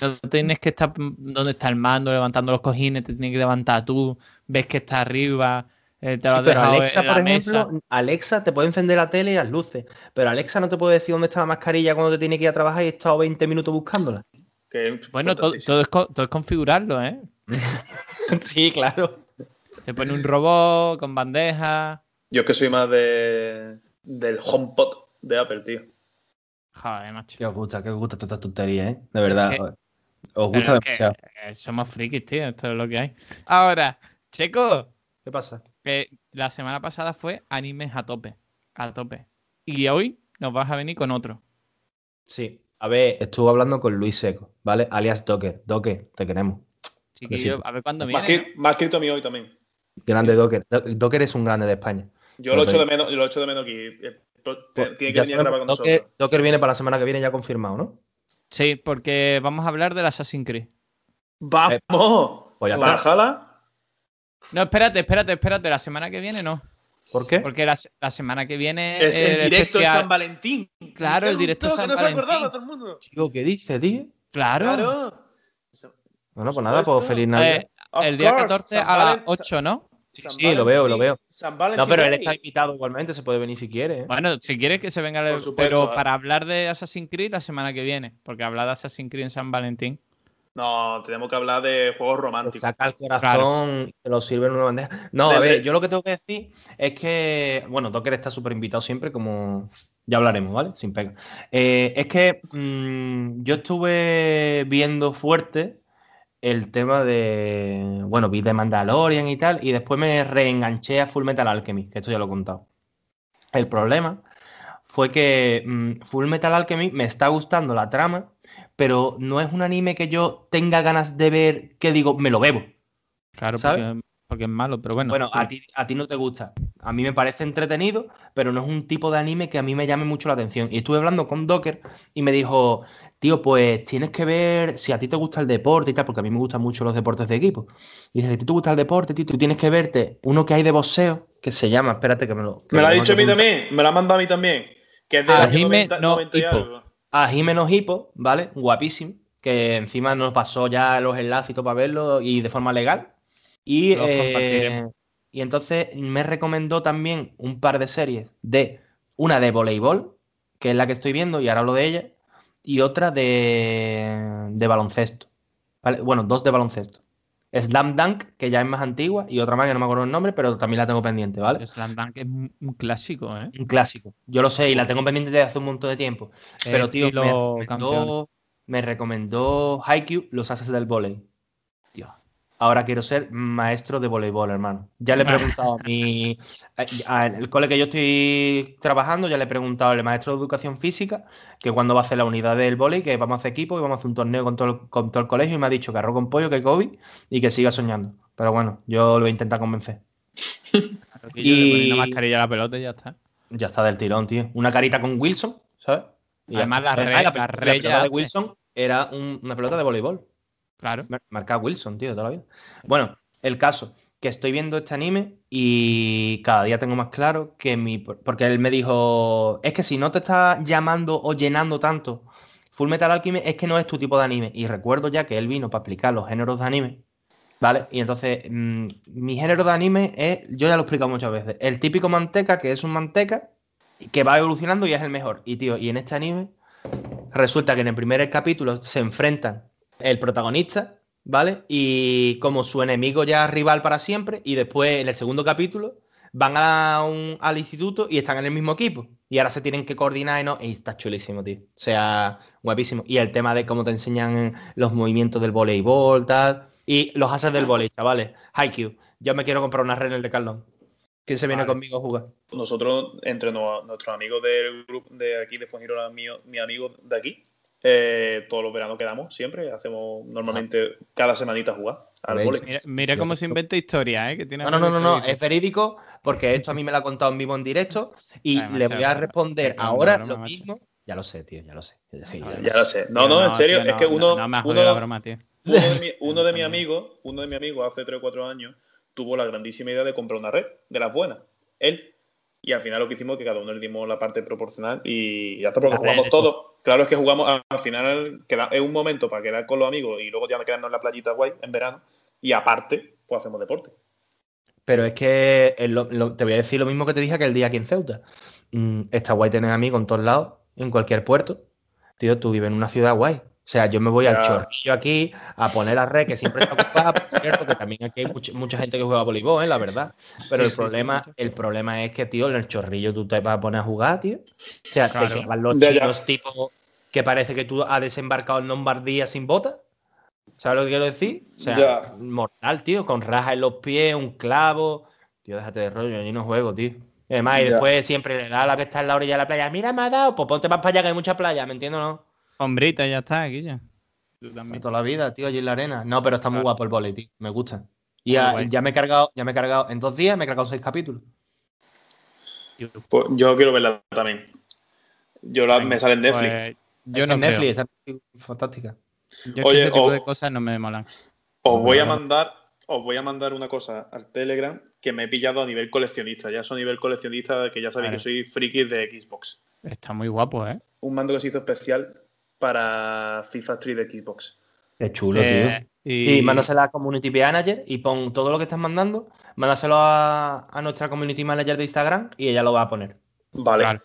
[SPEAKER 3] No tienes que estar donde está el mando, levantando los cojines, te tienes que levantar tú, ves que está arriba, eh, te
[SPEAKER 2] Sí,
[SPEAKER 3] lo has
[SPEAKER 2] pero
[SPEAKER 3] dejado
[SPEAKER 2] Alexa,
[SPEAKER 3] en la
[SPEAKER 2] por
[SPEAKER 3] mesa.
[SPEAKER 2] ejemplo, Alexa te puede encender la tele y las luces, pero Alexa no te puede decir dónde está la mascarilla cuando te tiene que ir a trabajar y he estado 20 minutos buscándola.
[SPEAKER 1] que es
[SPEAKER 3] Bueno, to-
[SPEAKER 1] importantísimo.
[SPEAKER 3] todo, es co- todo es configurarlo, ¿eh?
[SPEAKER 2] sí, claro.
[SPEAKER 3] Te pone un robot con bandeja.
[SPEAKER 1] Yo es que soy más de, del HomePod de Apple, tío.
[SPEAKER 3] Joder, macho.
[SPEAKER 2] Que os gusta, que os gusta toda esta tontería, ¿eh? De verdad.
[SPEAKER 3] Eh,
[SPEAKER 2] os
[SPEAKER 3] Pero
[SPEAKER 2] gusta
[SPEAKER 3] es que,
[SPEAKER 2] demasiado.
[SPEAKER 3] eh, somos frikis, tío, esto es lo que hay. Ahora, Checo,
[SPEAKER 2] ¿Qué pasa?
[SPEAKER 3] que la semana pasada fue animes a tope, a tope. Y hoy nos vas a venir con otro.
[SPEAKER 2] Sí. A ver, estuve hablando con Luis Seco, ¿vale? Alias Docker. Docker, te queremos.
[SPEAKER 3] Chiquillo, a ver cuándo
[SPEAKER 1] Más,
[SPEAKER 3] viene.
[SPEAKER 1] cri- más cripto mío hoy también.
[SPEAKER 2] Grande Docker. Do- Docker es un grande de España.
[SPEAKER 1] Yo lo
[SPEAKER 2] Ok. Pues
[SPEAKER 1] echo de menos, lo echo de menos aquí. Eh, pro- Tiene que venir
[SPEAKER 2] Ya
[SPEAKER 1] a
[SPEAKER 2] sabemos,
[SPEAKER 1] grabar con
[SPEAKER 2] Docker,
[SPEAKER 1] nosotros.
[SPEAKER 2] Docker viene para la semana que viene ya confirmado, ¿no?
[SPEAKER 3] Sí, porque vamos a hablar del Assassin's Creed.
[SPEAKER 1] ¡Vamos!
[SPEAKER 2] Pues ya está.
[SPEAKER 1] ¡Bájala!
[SPEAKER 3] No, espérate, espérate, espérate. La semana que viene no.
[SPEAKER 2] ¿Por qué?
[SPEAKER 3] Porque la, la semana que viene
[SPEAKER 1] ¿Eh? Es el directo en
[SPEAKER 3] especial-
[SPEAKER 1] San Valentín.
[SPEAKER 3] eh, Claro,
[SPEAKER 1] Me
[SPEAKER 3] el directo
[SPEAKER 1] cago en
[SPEAKER 3] San
[SPEAKER 1] todo, que
[SPEAKER 3] Valentín.
[SPEAKER 1] No se acordaba todo el mundo.
[SPEAKER 2] Tío, ¿qué dice, tío?
[SPEAKER 3] Claro.
[SPEAKER 1] Claro.
[SPEAKER 2] Bueno, pues nada, pues feliz Navidad.
[SPEAKER 3] Eh, el día
[SPEAKER 1] Of course,
[SPEAKER 3] 14
[SPEAKER 1] San
[SPEAKER 3] a las
[SPEAKER 1] Valen-
[SPEAKER 3] 8, ¿no?
[SPEAKER 2] sí,
[SPEAKER 1] San
[SPEAKER 2] sí, lo veo, lo
[SPEAKER 1] Valentín-
[SPEAKER 2] veo.
[SPEAKER 1] San Valentín
[SPEAKER 2] no, pero él
[SPEAKER 1] Day.
[SPEAKER 2] está invitado igualmente, se puede venir si quiere. ¿eh?
[SPEAKER 3] Bueno, si quieres que se venga el-
[SPEAKER 1] Por supuesto,
[SPEAKER 3] pero
[SPEAKER 1] ah.
[SPEAKER 3] para hablar de Assassin's Creed la semana que viene, porque hablar de Assassin's Creed en San Valentín.
[SPEAKER 1] No, tenemos que hablar de juegos románticos.
[SPEAKER 2] Saca el corazón y te lo sirve en una bandeja. No, a
[SPEAKER 1] Desde-
[SPEAKER 2] ver, yo lo que tengo que decir es que, bueno, Docker está súper invitado siempre, como ya hablaremos, ¿vale? Sin pega. Eh, es que mm, yo estuve viendo fuerte el tema de, bueno, vi de Mandalorian y tal, y después me reenganché a Full Metal Alchemy, que esto ya lo he contado. El problema fue que mm, Full Metal Alchemy me está gustando la trama, pero no es un anime que yo tenga ganas de ver que digo, me lo bebo.
[SPEAKER 3] Claro,
[SPEAKER 2] ¿Sabes?
[SPEAKER 3] porque, porque es malo, pero bueno.
[SPEAKER 2] Bueno,
[SPEAKER 3] sí.
[SPEAKER 2] a ti, a ti no te gusta. A mí me parece entretenido, pero no es un tipo de anime que a mí me llame mucho la atención. Y estuve hablando con Docker y me dijo, tío, pues tienes que ver si a ti te gusta el deporte y tal, porque a mí me gustan mucho los deportes de equipo. Y dice, si a ti te gusta el deporte, tío, tú tienes que verte uno que hay de boxeo, que se llama, espérate que me lo... que
[SPEAKER 1] Me lo ha
[SPEAKER 2] tengo
[SPEAKER 1] dicho a
[SPEAKER 2] aquí
[SPEAKER 1] mí
[SPEAKER 2] apuntado.
[SPEAKER 1] también, me lo ha mandado a mí también. Que es de
[SPEAKER 3] Ah,
[SPEAKER 1] año
[SPEAKER 3] Jime,
[SPEAKER 1] 90,
[SPEAKER 3] no,
[SPEAKER 1] 90 y
[SPEAKER 3] tipo.
[SPEAKER 1] algo.
[SPEAKER 2] a Jimeno Hipo, ¿vale? Guapísimo, que encima nos pasó ya los enlaces y todo para verlo y de forma legal. Y,
[SPEAKER 3] Los
[SPEAKER 2] eh,
[SPEAKER 3] compartiremos.
[SPEAKER 2] y entonces me recomendó también un par de series de una de voleibol, que es la que estoy viendo y ahora hablo de ella, y otra de, de baloncesto. ¿vale? Bueno, dos de baloncesto. Slam Dunk, que ya es más antigua, y otra más que no me acuerdo el nombre, pero también la tengo pendiente, ¿vale?
[SPEAKER 3] El Slam Dunk es un un clásico, ¿eh?
[SPEAKER 2] Un clásico. Yo lo sé y la tengo pendiente desde hace un montón de tiempo. Pero, tío, me
[SPEAKER 3] Estilo campeón.
[SPEAKER 2] recomendó, me recomendó Haikyuu los haces del volei.
[SPEAKER 3] Dios.
[SPEAKER 2] Ahora quiero ser maestro de voleibol, hermano. Ya le he preguntado a mi. a- a- el cole que yo estoy trabajando, ya le he preguntado al maestro de educación física que cuándo va a hacer la unidad del volei, que vamos a hacer equipo y vamos a hacer un torneo con todo el, con todo el colegio. Y me ha dicho que arroz con pollo, que Kobe y que siga soñando. Pero bueno, yo lo voy a intentar convencer.
[SPEAKER 3] Claro, que yo le
[SPEAKER 2] y-
[SPEAKER 3] ponía una mascarilla a la pelota y ya está.
[SPEAKER 2] Ya está del tirón, tío. Una carita con Wilson, ¿sabes? Y ya
[SPEAKER 3] Además,
[SPEAKER 2] está.
[SPEAKER 3] la re- la
[SPEAKER 2] pelota-
[SPEAKER 3] re
[SPEAKER 2] pelota
[SPEAKER 3] ya
[SPEAKER 2] de
[SPEAKER 3] hace.
[SPEAKER 2] Wilson era un- una pelota de voleibol.
[SPEAKER 3] Claro.
[SPEAKER 2] Mar- Marcada Wilson, tío, toda la vida. Bueno, el caso, que estoy viendo este anime y cada día tengo más claro que mi. Porque él me dijo: es que si no te está llamando o llenando tanto Full Metal Alchemy, es que no es tu tipo de anime. Y recuerdo ya que él vino para explicar los géneros de anime. ¿Vale? Y entonces, mm, mi género de anime es, yo ya lo he explicado muchas veces, el típico manteca, que es un manteca, y que va evolucionando y es el mejor. Y tío, y en este anime, resulta que en el primer capítulo se enfrentan el protagonista, ¿vale? Y como su enemigo ya rival para siempre, y después en el segundo capítulo van a un- al instituto y están en el mismo equipo. Y ahora se tienen que coordinar y no. Y está chulísimo, tío. O sea, guapísimo. Y el tema de cómo te enseñan los movimientos del voleibol, tal. Y los haces del volei, chavales. Haikyuu. Yo me quiero comprar una red en el de Carlón. ¿Quién se viene
[SPEAKER 1] Vale.
[SPEAKER 2] conmigo a jugar?
[SPEAKER 1] Nosotros, entre no- nuestros amigos del grupo de aquí, de Fongirola, mío, mi amigo de aquí, eh, todos los veranos quedamos siempre, hacemos normalmente cada semanita jugar
[SPEAKER 2] A
[SPEAKER 1] al
[SPEAKER 2] ver,
[SPEAKER 1] vóley.
[SPEAKER 3] Mira, mira cómo se inventa historia, ¿eh? Que tiene
[SPEAKER 2] No, no, no, no, no,
[SPEAKER 3] que
[SPEAKER 2] es verídico porque esto a mí me lo ha contado en vivo en directo y
[SPEAKER 3] Ay, macho,
[SPEAKER 2] le voy a responder
[SPEAKER 3] es una
[SPEAKER 2] ahora
[SPEAKER 3] broma,
[SPEAKER 2] lo
[SPEAKER 3] macho.
[SPEAKER 2] mismo. Ya lo sé, tío, ya lo sé. Sí, ya
[SPEAKER 3] Ya
[SPEAKER 2] lo
[SPEAKER 1] Ya
[SPEAKER 2] sé.
[SPEAKER 1] lo sé. No,
[SPEAKER 3] Tío,
[SPEAKER 1] no, en serio,
[SPEAKER 3] tío,
[SPEAKER 1] es que
[SPEAKER 3] no,
[SPEAKER 1] uno,
[SPEAKER 3] No, me has jodido la
[SPEAKER 1] uno,
[SPEAKER 3] broma, tío.
[SPEAKER 1] uno de mi- uno de mis
[SPEAKER 3] También.
[SPEAKER 1] amigos, uno de mis amigos hace 3 o 4 años, tuvo la grandísima idea de comprar una red, de las buenas, él. Y al final lo que hicimos es que cada uno le dimos la parte proporcional y ya está, porque
[SPEAKER 3] La red
[SPEAKER 1] jugamos
[SPEAKER 3] de
[SPEAKER 1] todos. Claro es que jugamos, al- al final queda, es un momento para quedar con los amigos y luego ya quedarnos en la playita guay en verano. Y aparte, pues hacemos deporte.
[SPEAKER 2] Pero es que es lo- lo- te voy a decir lo mismo que te dije aquel día aquí en Ceuta. Mm, está guay tener amigos en todos lados, en cualquier puerto. Tío, tú vives en una ciudad guay. O sea, yo me voy al
[SPEAKER 1] Ya.
[SPEAKER 2] chorrillo aquí a poner la red que siempre está ocupada, por cierto, que también aquí hay mucha, mucha gente que juega a voleibol, ¿eh? la verdad. Pero
[SPEAKER 3] Sí,
[SPEAKER 2] el
[SPEAKER 3] sí, sí,
[SPEAKER 2] problema,
[SPEAKER 3] mucho.
[SPEAKER 2] el problema es que, tío, en el chorrillo tú te vas a poner a jugar, tío. O sea,
[SPEAKER 3] Claro.
[SPEAKER 2] te llevan los
[SPEAKER 1] Ya, ya.
[SPEAKER 2] chinos tipo que parece que tú has desembarcado en Lombardía sin botas. ¿Sabes lo que quiero decir? O sea,
[SPEAKER 1] Ya.
[SPEAKER 2] mortal, tío, con rajas en los pies, un clavo. Tío, déjate de rollo, yo no juego, tío. Y además, y
[SPEAKER 1] Ya.
[SPEAKER 2] después siempre le da a la que está en la orilla de la playa. Mira, me ha dado, pues ponte más para allá que hay mucha playa, ¿me entiendes? o No,
[SPEAKER 3] Hombrita, ya está, aquí ya. Tú también.
[SPEAKER 1] Pues,
[SPEAKER 2] toda la vida, tío, allí en la arena. No, pero está muy
[SPEAKER 3] Claro.
[SPEAKER 2] guapo el vóley, tío. Me gusta. Y
[SPEAKER 3] Muy
[SPEAKER 2] ya,
[SPEAKER 3] guay.
[SPEAKER 2] ya me he cargado, ya me he cargado, en dos días me he cargado seis capítulos.
[SPEAKER 1] Pues yo quiero verla también. Yo la,
[SPEAKER 3] Venga,
[SPEAKER 1] me sale en Netflix.
[SPEAKER 3] Pues, yo
[SPEAKER 2] En
[SPEAKER 3] no
[SPEAKER 2] Netflix,
[SPEAKER 3] creo.
[SPEAKER 2] está en Netflix, fantástica.
[SPEAKER 3] Yo es que
[SPEAKER 1] Oye,
[SPEAKER 3] ese tipo
[SPEAKER 1] o-
[SPEAKER 3] de cosas no me molan.
[SPEAKER 1] Os voy a
[SPEAKER 2] Bueno.
[SPEAKER 1] mandar, os voy a mandar una cosa al Telegram que me he pillado a nivel coleccionista. Ya soy a nivel coleccionista que ya sabéis
[SPEAKER 3] Vale.
[SPEAKER 1] que soy friki de Xbox.
[SPEAKER 3] Está muy guapo, ¿eh?
[SPEAKER 1] Un mando que se hizo especial para FIFA 3 de Xbox.
[SPEAKER 2] Qué chulo,
[SPEAKER 3] Eh,
[SPEAKER 2] tío.
[SPEAKER 3] y,
[SPEAKER 2] Y mándasela a Community Manager y pon todo lo que estás mandando, mándaselo a, a nuestra Community Manager de Instagram y ella lo va a poner.
[SPEAKER 1] Vale.
[SPEAKER 3] Claro.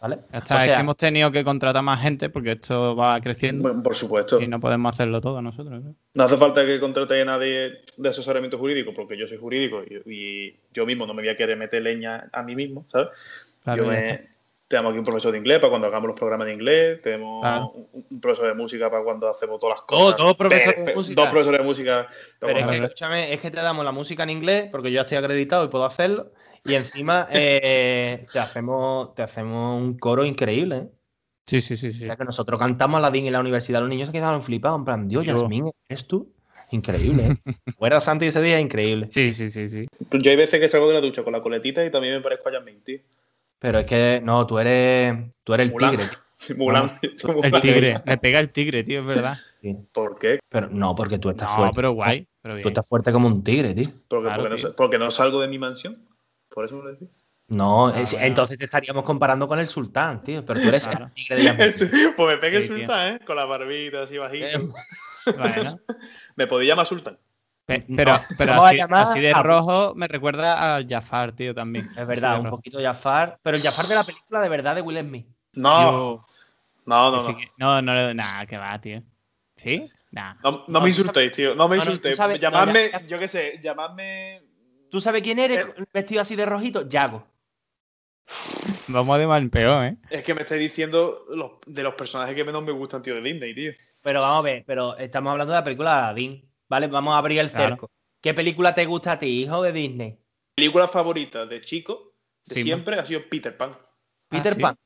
[SPEAKER 2] ¿Vale?
[SPEAKER 3] Hasta
[SPEAKER 2] O
[SPEAKER 3] es
[SPEAKER 2] sea-
[SPEAKER 3] que hemos tenido que contratar más gente porque esto va creciendo
[SPEAKER 1] Bueno, por supuesto.
[SPEAKER 3] y no podemos hacerlo todo nosotros. ¿eh? ¿no?
[SPEAKER 1] No hace falta que contrate a nadie de asesoramiento jurídico, porque yo soy jurídico y, y yo mismo no me voy a querer meter leña a mí mismo, ¿sabes?
[SPEAKER 3] Claro,
[SPEAKER 1] yo
[SPEAKER 3] ya
[SPEAKER 1] me-
[SPEAKER 3] está.
[SPEAKER 1] tenemos aquí un profesor de inglés para cuando hagamos los programas de inglés, tenemos
[SPEAKER 3] Claro.
[SPEAKER 1] un, un profesor de música para cuando hacemos todas las
[SPEAKER 2] Ah. Todo,
[SPEAKER 1] cosas.
[SPEAKER 2] todo profesor de
[SPEAKER 1] Perfe-
[SPEAKER 2] música.
[SPEAKER 1] Dos profesores de música.
[SPEAKER 2] Pero es
[SPEAKER 1] Vamos
[SPEAKER 2] que,
[SPEAKER 1] a ver.
[SPEAKER 2] escúchame, es que te damos la música en inglés, porque yo ya estoy acreditado y puedo hacerlo. Y encima eh, te, hacemos, te hacemos un coro increíble. ¿eh?
[SPEAKER 3] Sí, sí, sí, sí.
[SPEAKER 2] Mira que nosotros cantamos Aladdin en la universidad, los niños se quedaron flipados. En plan, Dios,
[SPEAKER 3] Yo.
[SPEAKER 2] Yasmín, ¿eres tú? Increíble. ¿eh? ¿Recuerdas, Santi, ese día? Increíble.
[SPEAKER 3] Sí, sí, sí, sí.
[SPEAKER 1] Yo hay veces que salgo de la ducha con la coletita y también me parezco a Jasmine, tío.
[SPEAKER 2] Pero es que, no, tú eres, tú eres el
[SPEAKER 1] Mulan.
[SPEAKER 2] tigre.
[SPEAKER 1] Mulan. Soy
[SPEAKER 3] El
[SPEAKER 1] Mulan.
[SPEAKER 3] tigre. Le pega el tigre, tío, es verdad.
[SPEAKER 1] ¿Por qué?
[SPEAKER 2] Pero no, porque tú estás
[SPEAKER 3] No,
[SPEAKER 2] fuerte.
[SPEAKER 3] pero guay. Pero
[SPEAKER 2] Tú
[SPEAKER 3] bien.
[SPEAKER 2] estás fuerte como un tigre, tío.
[SPEAKER 1] Porque,
[SPEAKER 3] Claro,
[SPEAKER 1] porque no,
[SPEAKER 3] tío.
[SPEAKER 1] sa- porque no salgo de mi mansión. Por eso me lo decís.
[SPEAKER 2] No,
[SPEAKER 3] Ah,
[SPEAKER 2] es-
[SPEAKER 3] bueno.
[SPEAKER 2] entonces te estaríamos comparando con el sultán, tío. Pero tú eres
[SPEAKER 3] Claro.
[SPEAKER 2] el tigre de la
[SPEAKER 1] pues me pega el
[SPEAKER 3] Sí, tío.
[SPEAKER 1] sultán, ¿eh? Con la barbita así bajita.
[SPEAKER 2] Eh,
[SPEAKER 3] Bueno.
[SPEAKER 1] Me podía llamar sultán.
[SPEAKER 3] Pe-
[SPEAKER 2] No,
[SPEAKER 3] Pero, pero
[SPEAKER 2] vamos a
[SPEAKER 3] así,
[SPEAKER 2] llamar
[SPEAKER 3] así de
[SPEAKER 2] a-
[SPEAKER 3] rojo me recuerda al Jafar, tío, también.
[SPEAKER 2] Es verdad, un poquito Jafar. Pero el Jafar de la película de verdad de Will Smith.
[SPEAKER 1] No, no, no.
[SPEAKER 3] No,
[SPEAKER 1] No,
[SPEAKER 3] no, no, le- nah, que va, tío. ¿Sí? Nah.
[SPEAKER 1] no, no me insultéis, tío. No me
[SPEAKER 2] No, no, tú
[SPEAKER 1] insultéis.
[SPEAKER 2] sabes- no,
[SPEAKER 1] llamadme,
[SPEAKER 2] ya- ya-
[SPEAKER 1] yo qué sé, llamadme.
[SPEAKER 2] ¿Tú sabes quién eres
[SPEAKER 1] Eh.
[SPEAKER 2] vestido así de rojito? Yago.
[SPEAKER 3] Vamos de mal en peor, ¿eh?
[SPEAKER 1] Es que me estáis diciendo los- de los personajes que menos me gustan, tío, de Disney, tío.
[SPEAKER 2] Pero vamos a ver, pero estamos hablando de la película de Aladdin. ¿Vale? Vamos a abrir el
[SPEAKER 3] Claro. Ah,
[SPEAKER 2] cerco. ¿Qué película te gusta a ti, hijo de Disney?
[SPEAKER 1] Película favorita de chico, de
[SPEAKER 3] Sí,
[SPEAKER 1] siempre, ha sido Peter Pan.
[SPEAKER 2] Peter
[SPEAKER 3] sí.
[SPEAKER 2] Pan.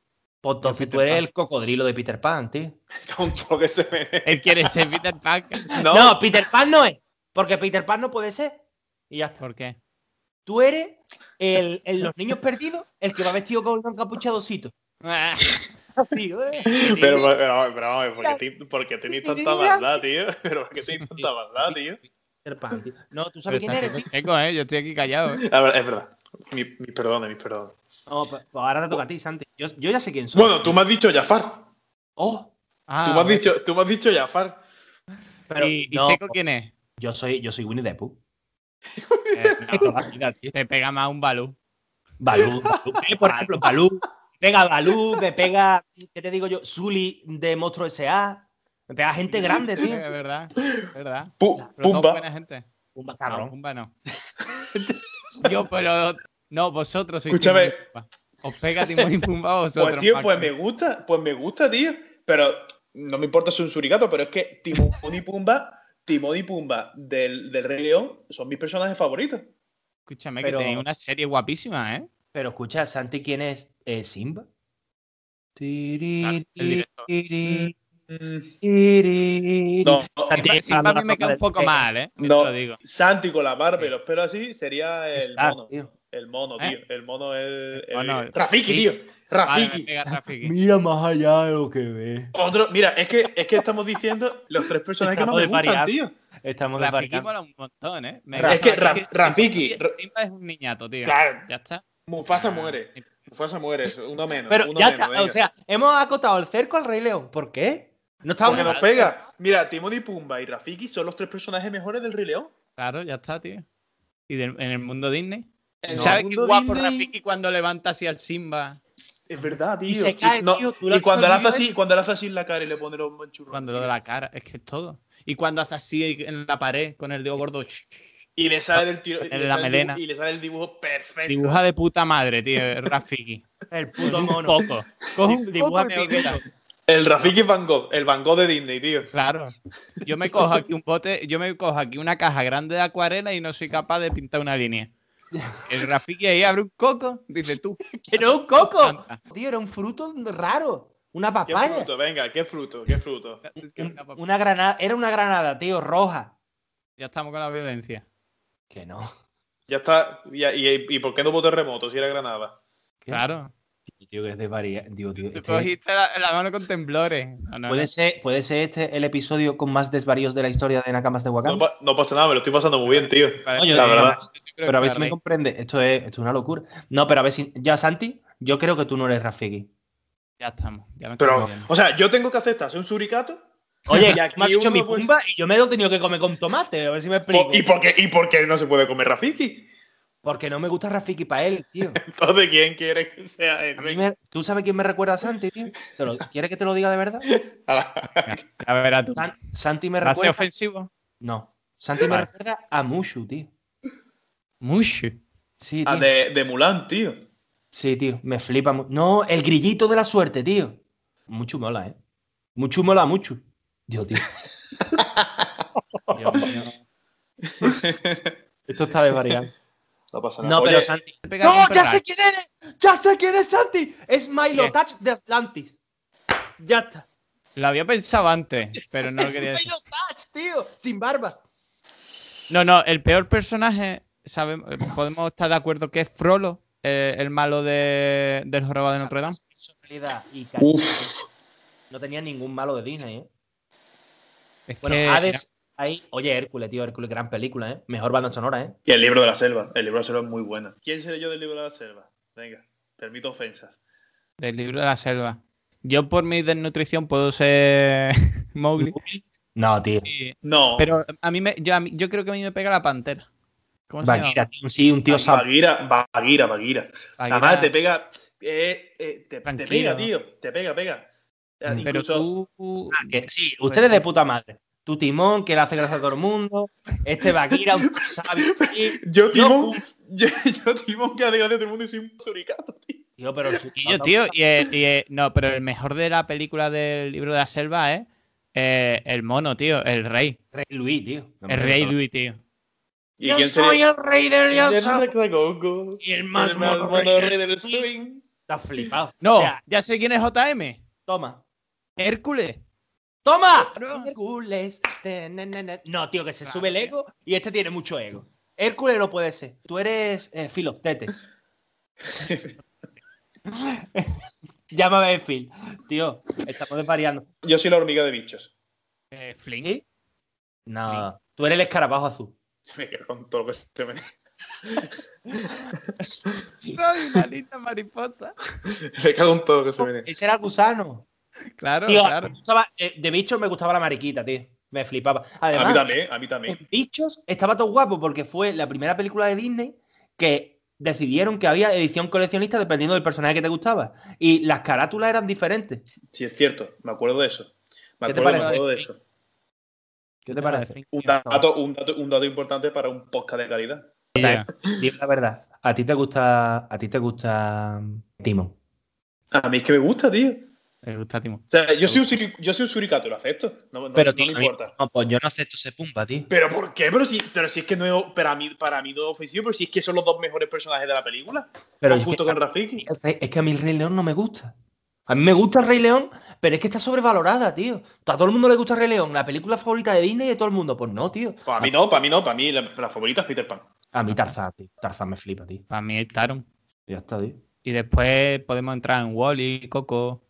[SPEAKER 2] Pues entonces
[SPEAKER 3] Peter
[SPEAKER 2] tú eres
[SPEAKER 3] Pan.
[SPEAKER 2] el cocodrilo de Peter Pan, tío.
[SPEAKER 1] Con todo lo que se me.
[SPEAKER 3] Él quiere ser Peter Pan.
[SPEAKER 1] No,
[SPEAKER 2] No, Peter Pan no es. Porque Peter Pan no puede ser. Y ya está.
[SPEAKER 3] ¿Por qué?
[SPEAKER 2] Tú eres el, el- los niños perdidos, el que va vestido con un encapuchadocito.
[SPEAKER 3] Ah,
[SPEAKER 2] Así, ¿eh?
[SPEAKER 1] pero, pero, pero, vamos a ver, ¿por
[SPEAKER 2] Ya.
[SPEAKER 1] qué ti- ¿por qué tenéis
[SPEAKER 2] Sí, sí,
[SPEAKER 1] tanta
[SPEAKER 2] sí,
[SPEAKER 1] maldad, tío? ¿Pero por qué tenéis tanta maldad, tío?
[SPEAKER 2] Peter Pan, tío. No, tú
[SPEAKER 3] Pero
[SPEAKER 2] sabes quién
[SPEAKER 3] está
[SPEAKER 2] eres,
[SPEAKER 3] súper
[SPEAKER 2] tío.
[SPEAKER 3] seco, ¿eh? Yo estoy aquí callado. ¿eh?
[SPEAKER 1] A ver, es verdad. Mi- Mis perdones, mis perdones.
[SPEAKER 2] No, pues pues ahora te toca a ti, Santi. Yo, yo ya sé quién soy.
[SPEAKER 1] Bueno, tú me has dicho Jafar.
[SPEAKER 2] Oh,
[SPEAKER 3] Ah,
[SPEAKER 1] tú, me has
[SPEAKER 3] bueno.
[SPEAKER 1] dicho, tú me has dicho Jafar.
[SPEAKER 2] pero
[SPEAKER 3] ¿Y, y
[SPEAKER 2] no, pues eh,
[SPEAKER 3] Checo quién es?
[SPEAKER 2] yo soy, yo soy Winnie the Pooh.
[SPEAKER 3] Eh, no,
[SPEAKER 2] Toda la vida, pues tío.
[SPEAKER 3] te pega más un balú.
[SPEAKER 2] Balú, Balú, eh, por ejemplo, Balú. Me pega Balú, me pega, ¿qué te digo yo? Zuli de Monstruo S.A. Me pega gente grande, tío.
[SPEAKER 3] Es verdad, es verdad.
[SPEAKER 1] Pu-
[SPEAKER 3] Pero todos
[SPEAKER 1] Pumba.
[SPEAKER 3] buena gente.
[SPEAKER 2] Un
[SPEAKER 3] No,
[SPEAKER 2] cabrón.
[SPEAKER 3] Pumba no. Yo, pero. No, vosotros sois.
[SPEAKER 1] Escúchame.
[SPEAKER 3] Timón y Pumba. Os pega Timón y Pumba a vosotros.
[SPEAKER 1] Pues, tío,
[SPEAKER 3] Paco.
[SPEAKER 1] pues me gusta, pues me gusta, tío. Pero no me importa ser un suricato, pero es que Timón y Pumba, Timón y Pumba del, del Rey León son mis personajes favoritos.
[SPEAKER 3] Escúchame,
[SPEAKER 2] Pero-
[SPEAKER 3] que tenéis una serie guapísima, ¿eh?
[SPEAKER 2] Pero escucha, Santi, ¿quién es eh, Simba?
[SPEAKER 3] el director.
[SPEAKER 1] No,
[SPEAKER 2] Santi,
[SPEAKER 3] Timón y Pumba a mí me cae un poco
[SPEAKER 2] Eh,
[SPEAKER 3] mal, ¿eh? Yo
[SPEAKER 1] no.
[SPEAKER 3] Te lo digo.
[SPEAKER 1] Santi con la barba y los pelos así sería el
[SPEAKER 2] Scar,
[SPEAKER 1] mono.
[SPEAKER 2] tío.
[SPEAKER 1] El mono,
[SPEAKER 3] ¿Eh?
[SPEAKER 1] tío. El mono es. el-
[SPEAKER 3] mono, el-
[SPEAKER 1] Rafiki,
[SPEAKER 3] sí.
[SPEAKER 1] tío.
[SPEAKER 3] Vale,
[SPEAKER 1] Rafiki.
[SPEAKER 3] me pega Rafiki.
[SPEAKER 2] Mira más allá de lo que ve.
[SPEAKER 1] Otro, mira, es que, es que estamos diciendo los tres personajes que más
[SPEAKER 2] Estamos
[SPEAKER 1] me gustan,
[SPEAKER 2] desvariando.
[SPEAKER 1] tío.
[SPEAKER 2] Estamos
[SPEAKER 3] Rafiki
[SPEAKER 2] desbarcando.
[SPEAKER 3] mola un montón, ¿eh? Me
[SPEAKER 2] Es
[SPEAKER 3] gusta
[SPEAKER 1] que
[SPEAKER 3] Rafiki.
[SPEAKER 1] Ra- Rafiki-
[SPEAKER 3] Simba- Simba es un niñato, tío.
[SPEAKER 1] Claro,
[SPEAKER 3] Ya está. Ah.
[SPEAKER 1] Mufasa muere. Mufasa muere, uno menos.
[SPEAKER 2] Pero
[SPEAKER 1] uno
[SPEAKER 2] ya
[SPEAKER 1] menos,
[SPEAKER 2] está, o
[SPEAKER 1] venga.
[SPEAKER 2] sea, hemos acotado el cerco al Rey León. ¿Por qué? No estábamos
[SPEAKER 1] Porque nos pega. Mira, Timón y Pumba y Rafiki son los tres personajes mejores del Rey León.
[SPEAKER 3] Claro, ya está, tío. Y del- en el mundo Disney.
[SPEAKER 1] En
[SPEAKER 3] Eh, ¿Sabes
[SPEAKER 1] el
[SPEAKER 3] qué
[SPEAKER 1] mundo
[SPEAKER 3] guapo
[SPEAKER 1] Disney-
[SPEAKER 3] Rafiki cuando levanta así al Simba?
[SPEAKER 1] Es verdad, tío.
[SPEAKER 2] Y se cae,
[SPEAKER 1] no,
[SPEAKER 2] tío, tú lo
[SPEAKER 1] y
[SPEAKER 2] has
[SPEAKER 1] cuando le hace
[SPEAKER 2] visto
[SPEAKER 1] así, cuando le hace así en la cara y le pone los manchurros.
[SPEAKER 3] Cuando lo de la cara, es que es todo. Y cuando hace así en la pared con el dedo gordo, ch- ch-
[SPEAKER 1] Y le sale del tiro. y
[SPEAKER 3] En
[SPEAKER 1] le
[SPEAKER 3] la
[SPEAKER 1] sale el
[SPEAKER 3] melena.
[SPEAKER 1] dibujo- Y le sale el dibujo perfecto.
[SPEAKER 3] dibuja de puta madre, tío, eh, Rafiki.
[SPEAKER 2] El puto
[SPEAKER 3] Un
[SPEAKER 2] mono.
[SPEAKER 3] poco. Coge un dibujo
[SPEAKER 2] Dibújame otro.
[SPEAKER 1] El Rafiki Van Gogh, el Van Gogh de Disney, tío.
[SPEAKER 3] Claro. Yo me cojo aquí un bote, yo me cojo aquí una caja grande de acuarela y no soy capaz de pintar una línea. El Rafiki ahí abre un coco, dice tú.
[SPEAKER 2] Era un coco. Tío, era un fruto raro. Una
[SPEAKER 1] Qué
[SPEAKER 2] papaya.
[SPEAKER 1] fruto, venga, qué fruto, qué fruto.
[SPEAKER 2] Una granada. Era una granada, tío, roja.
[SPEAKER 3] Ya estamos con la violencia.
[SPEAKER 2] Que no.
[SPEAKER 1] Ya está. ¿Y, y, y por qué no votó remoto si era Granada?
[SPEAKER 2] ¿Qué?
[SPEAKER 3] Claro.
[SPEAKER 2] Tío, que es de varia- Digo, tío,
[SPEAKER 3] Te
[SPEAKER 2] este-
[SPEAKER 3] cogiste la, la mano con temblores. No, no,
[SPEAKER 2] ¿Puede,
[SPEAKER 3] no.
[SPEAKER 2] ser, puede ser este el episodio con más desvaríos de la historia de Nakamas de
[SPEAKER 1] No,
[SPEAKER 2] Wakanda.
[SPEAKER 1] pa- no pasa nada, me lo estoy pasando muy bien, tío.
[SPEAKER 3] Parece-
[SPEAKER 2] la
[SPEAKER 1] verdad.
[SPEAKER 3] Yo creo que
[SPEAKER 2] pero a ver
[SPEAKER 3] se
[SPEAKER 2] si me
[SPEAKER 3] reí.
[SPEAKER 2] comprende. Esto es, esto es una locura. No, pero a ver si. Ya, Santi, yo creo que tú no eres Rafiki.
[SPEAKER 3] Ya estamos. Ya me
[SPEAKER 1] Pero,
[SPEAKER 3] estoy riendo.
[SPEAKER 1] o sea, yo tengo que aceptar, soy un suricato.
[SPEAKER 2] Oye,
[SPEAKER 1] Y aquí
[SPEAKER 2] me has dicho
[SPEAKER 1] uno,
[SPEAKER 2] mi
[SPEAKER 1] pues- Oh,
[SPEAKER 2] pumba y yo me lo he tenido que comer con tomate. A ver si me explico.
[SPEAKER 1] Po- ¿Y por qué, y por qué no se puede comer Rafiki?
[SPEAKER 2] Porque no me gusta Rafiki Pael, tío.
[SPEAKER 1] Entonces, ¿quién quiere que sea él?
[SPEAKER 2] A mí me- ¿Tú sabes quién me recuerda a Santi, tío? ¿Te lo- ¿Quieres que te lo diga de verdad?
[SPEAKER 1] A la-
[SPEAKER 3] Ya verás tú.
[SPEAKER 2] San- Santi me
[SPEAKER 3] ¿Va a ser
[SPEAKER 2] recuerda.
[SPEAKER 3] ofensivo?
[SPEAKER 2] No. Santi me
[SPEAKER 3] Vale.
[SPEAKER 2] recuerda a Mushu, tío.
[SPEAKER 3] Mucho.
[SPEAKER 2] Sí,
[SPEAKER 1] Ah,
[SPEAKER 2] tío.
[SPEAKER 1] de, de Mulan, tío.
[SPEAKER 2] Sí, tío. Me flipa. mu- No, el grillito de la suerte, tío. Mucho mola, ¿eh? Mucho mola, mucho. Dios, tío.
[SPEAKER 3] Dios mío.
[SPEAKER 2] Esto está de variante.
[SPEAKER 1] No pasa nada.
[SPEAKER 2] No, pero
[SPEAKER 1] Oye,
[SPEAKER 2] Santi.
[SPEAKER 3] Te pega
[SPEAKER 2] ¡No!
[SPEAKER 3] con
[SPEAKER 2] ¡Ya
[SPEAKER 3] Ferrari.
[SPEAKER 2] sé quién eres! ¡Ya sé quién es Santi! Es Milo
[SPEAKER 3] ¿Quién?
[SPEAKER 2] Touch de Atlantis. Ya está.
[SPEAKER 3] Lo había pensado antes, pero no lo
[SPEAKER 2] es
[SPEAKER 3] quería decir.
[SPEAKER 2] Milo Touch, tío. Sin barba.
[SPEAKER 3] No, no, el peor personaje, sabemos, podemos estar de acuerdo que es Frollo, eh, el malo de, del jorobado de Notre Dame.
[SPEAKER 2] personalidad y carisma.
[SPEAKER 1] Uf,
[SPEAKER 2] No tenía ningún malo de Disney, ¿eh?
[SPEAKER 3] Es
[SPEAKER 2] Bueno,
[SPEAKER 3] que-
[SPEAKER 2] Hades ahí. Oye, Hércules, tío, Hércules, gran película, ¿eh? Mejor banda sonora, ¿eh?
[SPEAKER 1] y el libro de la selva. El libro de la selva es muy bueno. ¿Quién seré yo del libro de la selva? Venga, permito ofensas.
[SPEAKER 3] Del libro de la selva. Yo por mi desnutrición puedo ser Mowgli.
[SPEAKER 2] No, tío.
[SPEAKER 3] y-
[SPEAKER 1] No,
[SPEAKER 3] Pero a mí me, yo, a mí- yo creo que a mí me pega la pantera. ¿Cómo se llama?
[SPEAKER 2] Bagheera, tío, sí, un tío sabio.
[SPEAKER 1] Bagira, Bagira, Bagira.
[SPEAKER 3] Bagheera.
[SPEAKER 1] Además, te pega. eh, eh, te, te
[SPEAKER 3] Tranquilo.
[SPEAKER 1] pega, tío. Te pega, pega. Eh,
[SPEAKER 2] Mm.
[SPEAKER 3] Pero
[SPEAKER 1] Incluso
[SPEAKER 3] tú...
[SPEAKER 2] Ah, que sí, ustedes de puta madre. Tu timón, que le hace gracia a todo el mundo. Este Bagheera, un tío sabio. sí.
[SPEAKER 1] Yo, Timón,
[SPEAKER 2] Timón-
[SPEAKER 1] yo, Timón, que a desgracia todo el mundo y soy un suricato, tío.
[SPEAKER 2] Tío, pero. su-
[SPEAKER 3] Y yo, tío, y, el- y el- no, pero el mejor de la película del libro de la selva es eh, el mono, tío, el rey.
[SPEAKER 2] Rey Luis, tío.
[SPEAKER 3] El rey Luis, tío.
[SPEAKER 1] ¿Y
[SPEAKER 2] Yo
[SPEAKER 1] quién
[SPEAKER 2] soy el rey del yo soy
[SPEAKER 1] Congo.
[SPEAKER 2] y el más
[SPEAKER 1] el
[SPEAKER 2] mono
[SPEAKER 1] mono
[SPEAKER 2] rey.
[SPEAKER 1] rey del swing.
[SPEAKER 2] Está flipado.
[SPEAKER 3] No,
[SPEAKER 2] O sea,
[SPEAKER 3] ya sé quién es JM.
[SPEAKER 2] toma.
[SPEAKER 3] Hércules.
[SPEAKER 2] ¡Toma!
[SPEAKER 3] Claro.
[SPEAKER 2] Hércules. este, te- na, na, na. No, tío, que se
[SPEAKER 3] Claro,
[SPEAKER 2] sube el
[SPEAKER 3] tío.
[SPEAKER 2] ego y este tiene mucho ego. Hércules no puede ser. Tú eres eh, Filostetes. Llámame Phil. Tío, estamos desvariando.
[SPEAKER 1] Yo soy la hormiga de bichos.
[SPEAKER 3] Eh, Flink.
[SPEAKER 2] ¿Sí? No, tú eres el escarabajo azul.
[SPEAKER 1] Se me queda con todo lo que se me.
[SPEAKER 3] Soy una linda mariposa.
[SPEAKER 1] Me cago en todo lo que se me.
[SPEAKER 2] Ese era el gusano.
[SPEAKER 3] Claro,
[SPEAKER 2] Tío,
[SPEAKER 3] claro.
[SPEAKER 2] me gustaba- eh, de bichos me gustaba la mariquita, tío. Me flipaba.
[SPEAKER 1] A mí
[SPEAKER 2] Además,
[SPEAKER 1] también, a mí también.
[SPEAKER 2] En Bichos estaba todo guapo porque fue la primera película de Disney que decidieron que había edición coleccionista dependiendo del personaje que te gustaba. Y las carátulas eran diferentes.
[SPEAKER 1] Sí, es cierto, me acuerdo de eso. Me
[SPEAKER 2] ¿Qué te
[SPEAKER 1] acuerdo, me
[SPEAKER 2] parece?
[SPEAKER 1] acuerdo de eso.
[SPEAKER 2] ¿Qué te parece?
[SPEAKER 3] Flink,
[SPEAKER 1] Un
[SPEAKER 3] tío.
[SPEAKER 1] dato, un, dato, un dato importante para un podcast de calidad.
[SPEAKER 3] Tío,
[SPEAKER 2] Dime la verdad. A ti te gusta. A ti te gusta. Timon.
[SPEAKER 1] A mí es que me gusta, tío. O
[SPEAKER 3] Me gusta Timón.
[SPEAKER 1] sea, yo soy un, suri- yo soy un suricato, lo acepto. No, no-
[SPEAKER 2] Pero,
[SPEAKER 1] no
[SPEAKER 2] tío, a
[SPEAKER 1] me
[SPEAKER 2] mí-
[SPEAKER 1] importa.
[SPEAKER 2] No, pues yo no acepto ese pumba, tío.
[SPEAKER 1] ¿Pero por qué? Pero si, pero si es que no es, para mí, para mí no es ofensivo, pero si es que son los dos mejores personajes de la película.
[SPEAKER 2] Pero es
[SPEAKER 1] junto
[SPEAKER 2] que,
[SPEAKER 1] con Rafiki.
[SPEAKER 2] el Rey- es que a mí el Rey León no me gusta. A mí me gusta el Rey León, pero es que está sobrevalorada, tío. A todo el mundo le gusta el Rey León, la película favorita de Disney de todo el mundo. Pues no, tío.
[SPEAKER 1] Para mí no, para mí no, para mí la, la favorita es Peter Pan.
[SPEAKER 2] A mí Tarzán, tío. Tarzán me flipa, tío.
[SPEAKER 3] Para mí el Taron.
[SPEAKER 2] Ya está, tío.
[SPEAKER 3] Y después podemos entrar en Wally, Coco.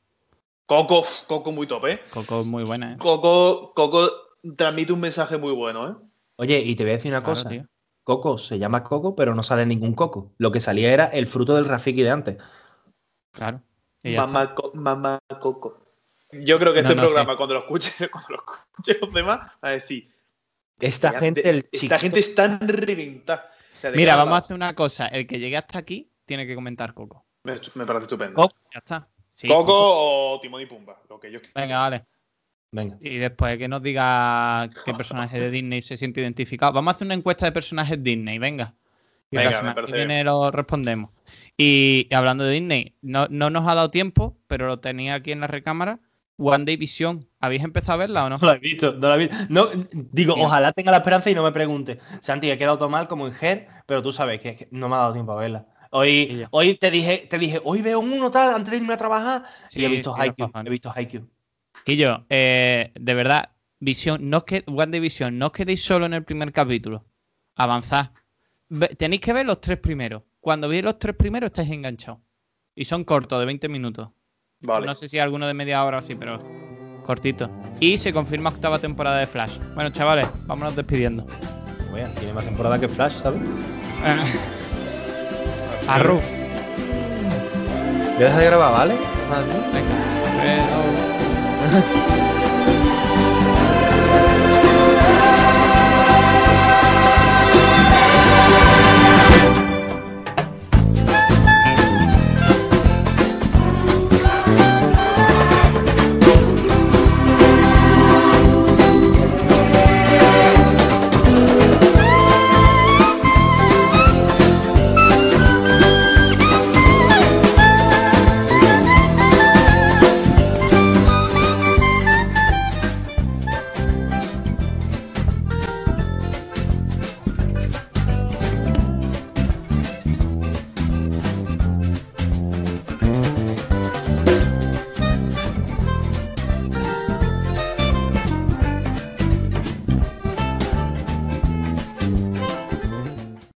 [SPEAKER 1] Coco, uf, Coco muy top, ¿eh?
[SPEAKER 3] Coco es muy buena. ¿eh?
[SPEAKER 1] Coco, Coco transmite un mensaje muy bueno, ¿eh?
[SPEAKER 2] Oye, y te voy a decir una
[SPEAKER 3] Claro,
[SPEAKER 2] cosa.
[SPEAKER 3] tío.
[SPEAKER 2] Coco se llama Coco, pero no sale ningún Coco. Lo que salía era el fruto del Rafiki de antes.
[SPEAKER 3] Claro. Y ya
[SPEAKER 1] Mamá, Co- mamá Coco. Yo creo que
[SPEAKER 3] No,
[SPEAKER 1] este
[SPEAKER 3] no
[SPEAKER 1] programa, cuando lo escuchen, cuando lo escuchen los demás, van a decir.
[SPEAKER 2] Esta
[SPEAKER 1] "Mira,
[SPEAKER 2] gente,
[SPEAKER 1] de-
[SPEAKER 2] el
[SPEAKER 1] esta
[SPEAKER 2] chiquito-
[SPEAKER 1] gente es tan reventada. O sea, de
[SPEAKER 3] Mira,
[SPEAKER 1] cada-
[SPEAKER 3] vamos a hacer una cosa. El que llegue hasta aquí tiene que comentar Coco.
[SPEAKER 1] Me, me parece estupendo. Coco,
[SPEAKER 3] Coco, ya está. Sí,
[SPEAKER 1] o Timón y Pumba, lo que yo
[SPEAKER 3] Venga, vale.
[SPEAKER 2] Venga.
[SPEAKER 3] Y después que nos diga qué personaje de Disney se siente identificado. Vamos a hacer una encuesta de personajes Disney, venga. Y
[SPEAKER 1] Venga,
[SPEAKER 3] la
[SPEAKER 1] me
[SPEAKER 3] semana que
[SPEAKER 1] parece
[SPEAKER 3] viene lo respondemos. Y hablando de Disney, no, no nos ha dado tiempo, pero lo tenía aquí en la recámara. One Day Vision. ¿Habéis empezado a verla o no?
[SPEAKER 2] No la he visto, no la he visto. No, digo,
[SPEAKER 3] Mira.
[SPEAKER 2] ojalá tenga la esperanza y no me pregunte. Santi, he quedado todo mal como en Ger, pero tú sabes que, que no me ha dado tiempo a verla.
[SPEAKER 3] Sí,
[SPEAKER 2] Hoy,
[SPEAKER 3] ya.
[SPEAKER 2] hoy te dije, te dije, hoy veo uno tal antes de irme a trabajar.
[SPEAKER 3] Sí,
[SPEAKER 2] y he visto
[SPEAKER 3] tienes
[SPEAKER 2] Haikyuu.
[SPEAKER 3] razón.
[SPEAKER 2] He visto Haikyuu.
[SPEAKER 3] Quillo, eh, de verdad, visión, no os que, One Day Vision, no os quedéis solo en el primer capítulo. Avanzad. Ve- tenéis que ver los tres primeros. Cuando veáis los tres primeros estáis enganchados. Y son cortos, de 20 minutos.
[SPEAKER 1] Vale.
[SPEAKER 3] No sé si alguno de media hora o así, pero cortito. Y se confirma octava temporada de Flash. Bueno, chavales, vámonos despidiendo.
[SPEAKER 2] Bueno, tiene más temporada que Flash, ¿sabes?
[SPEAKER 3] Arru.
[SPEAKER 2] Voy a dejar de grabar, ¿vale?
[SPEAKER 3] Venga. Eh,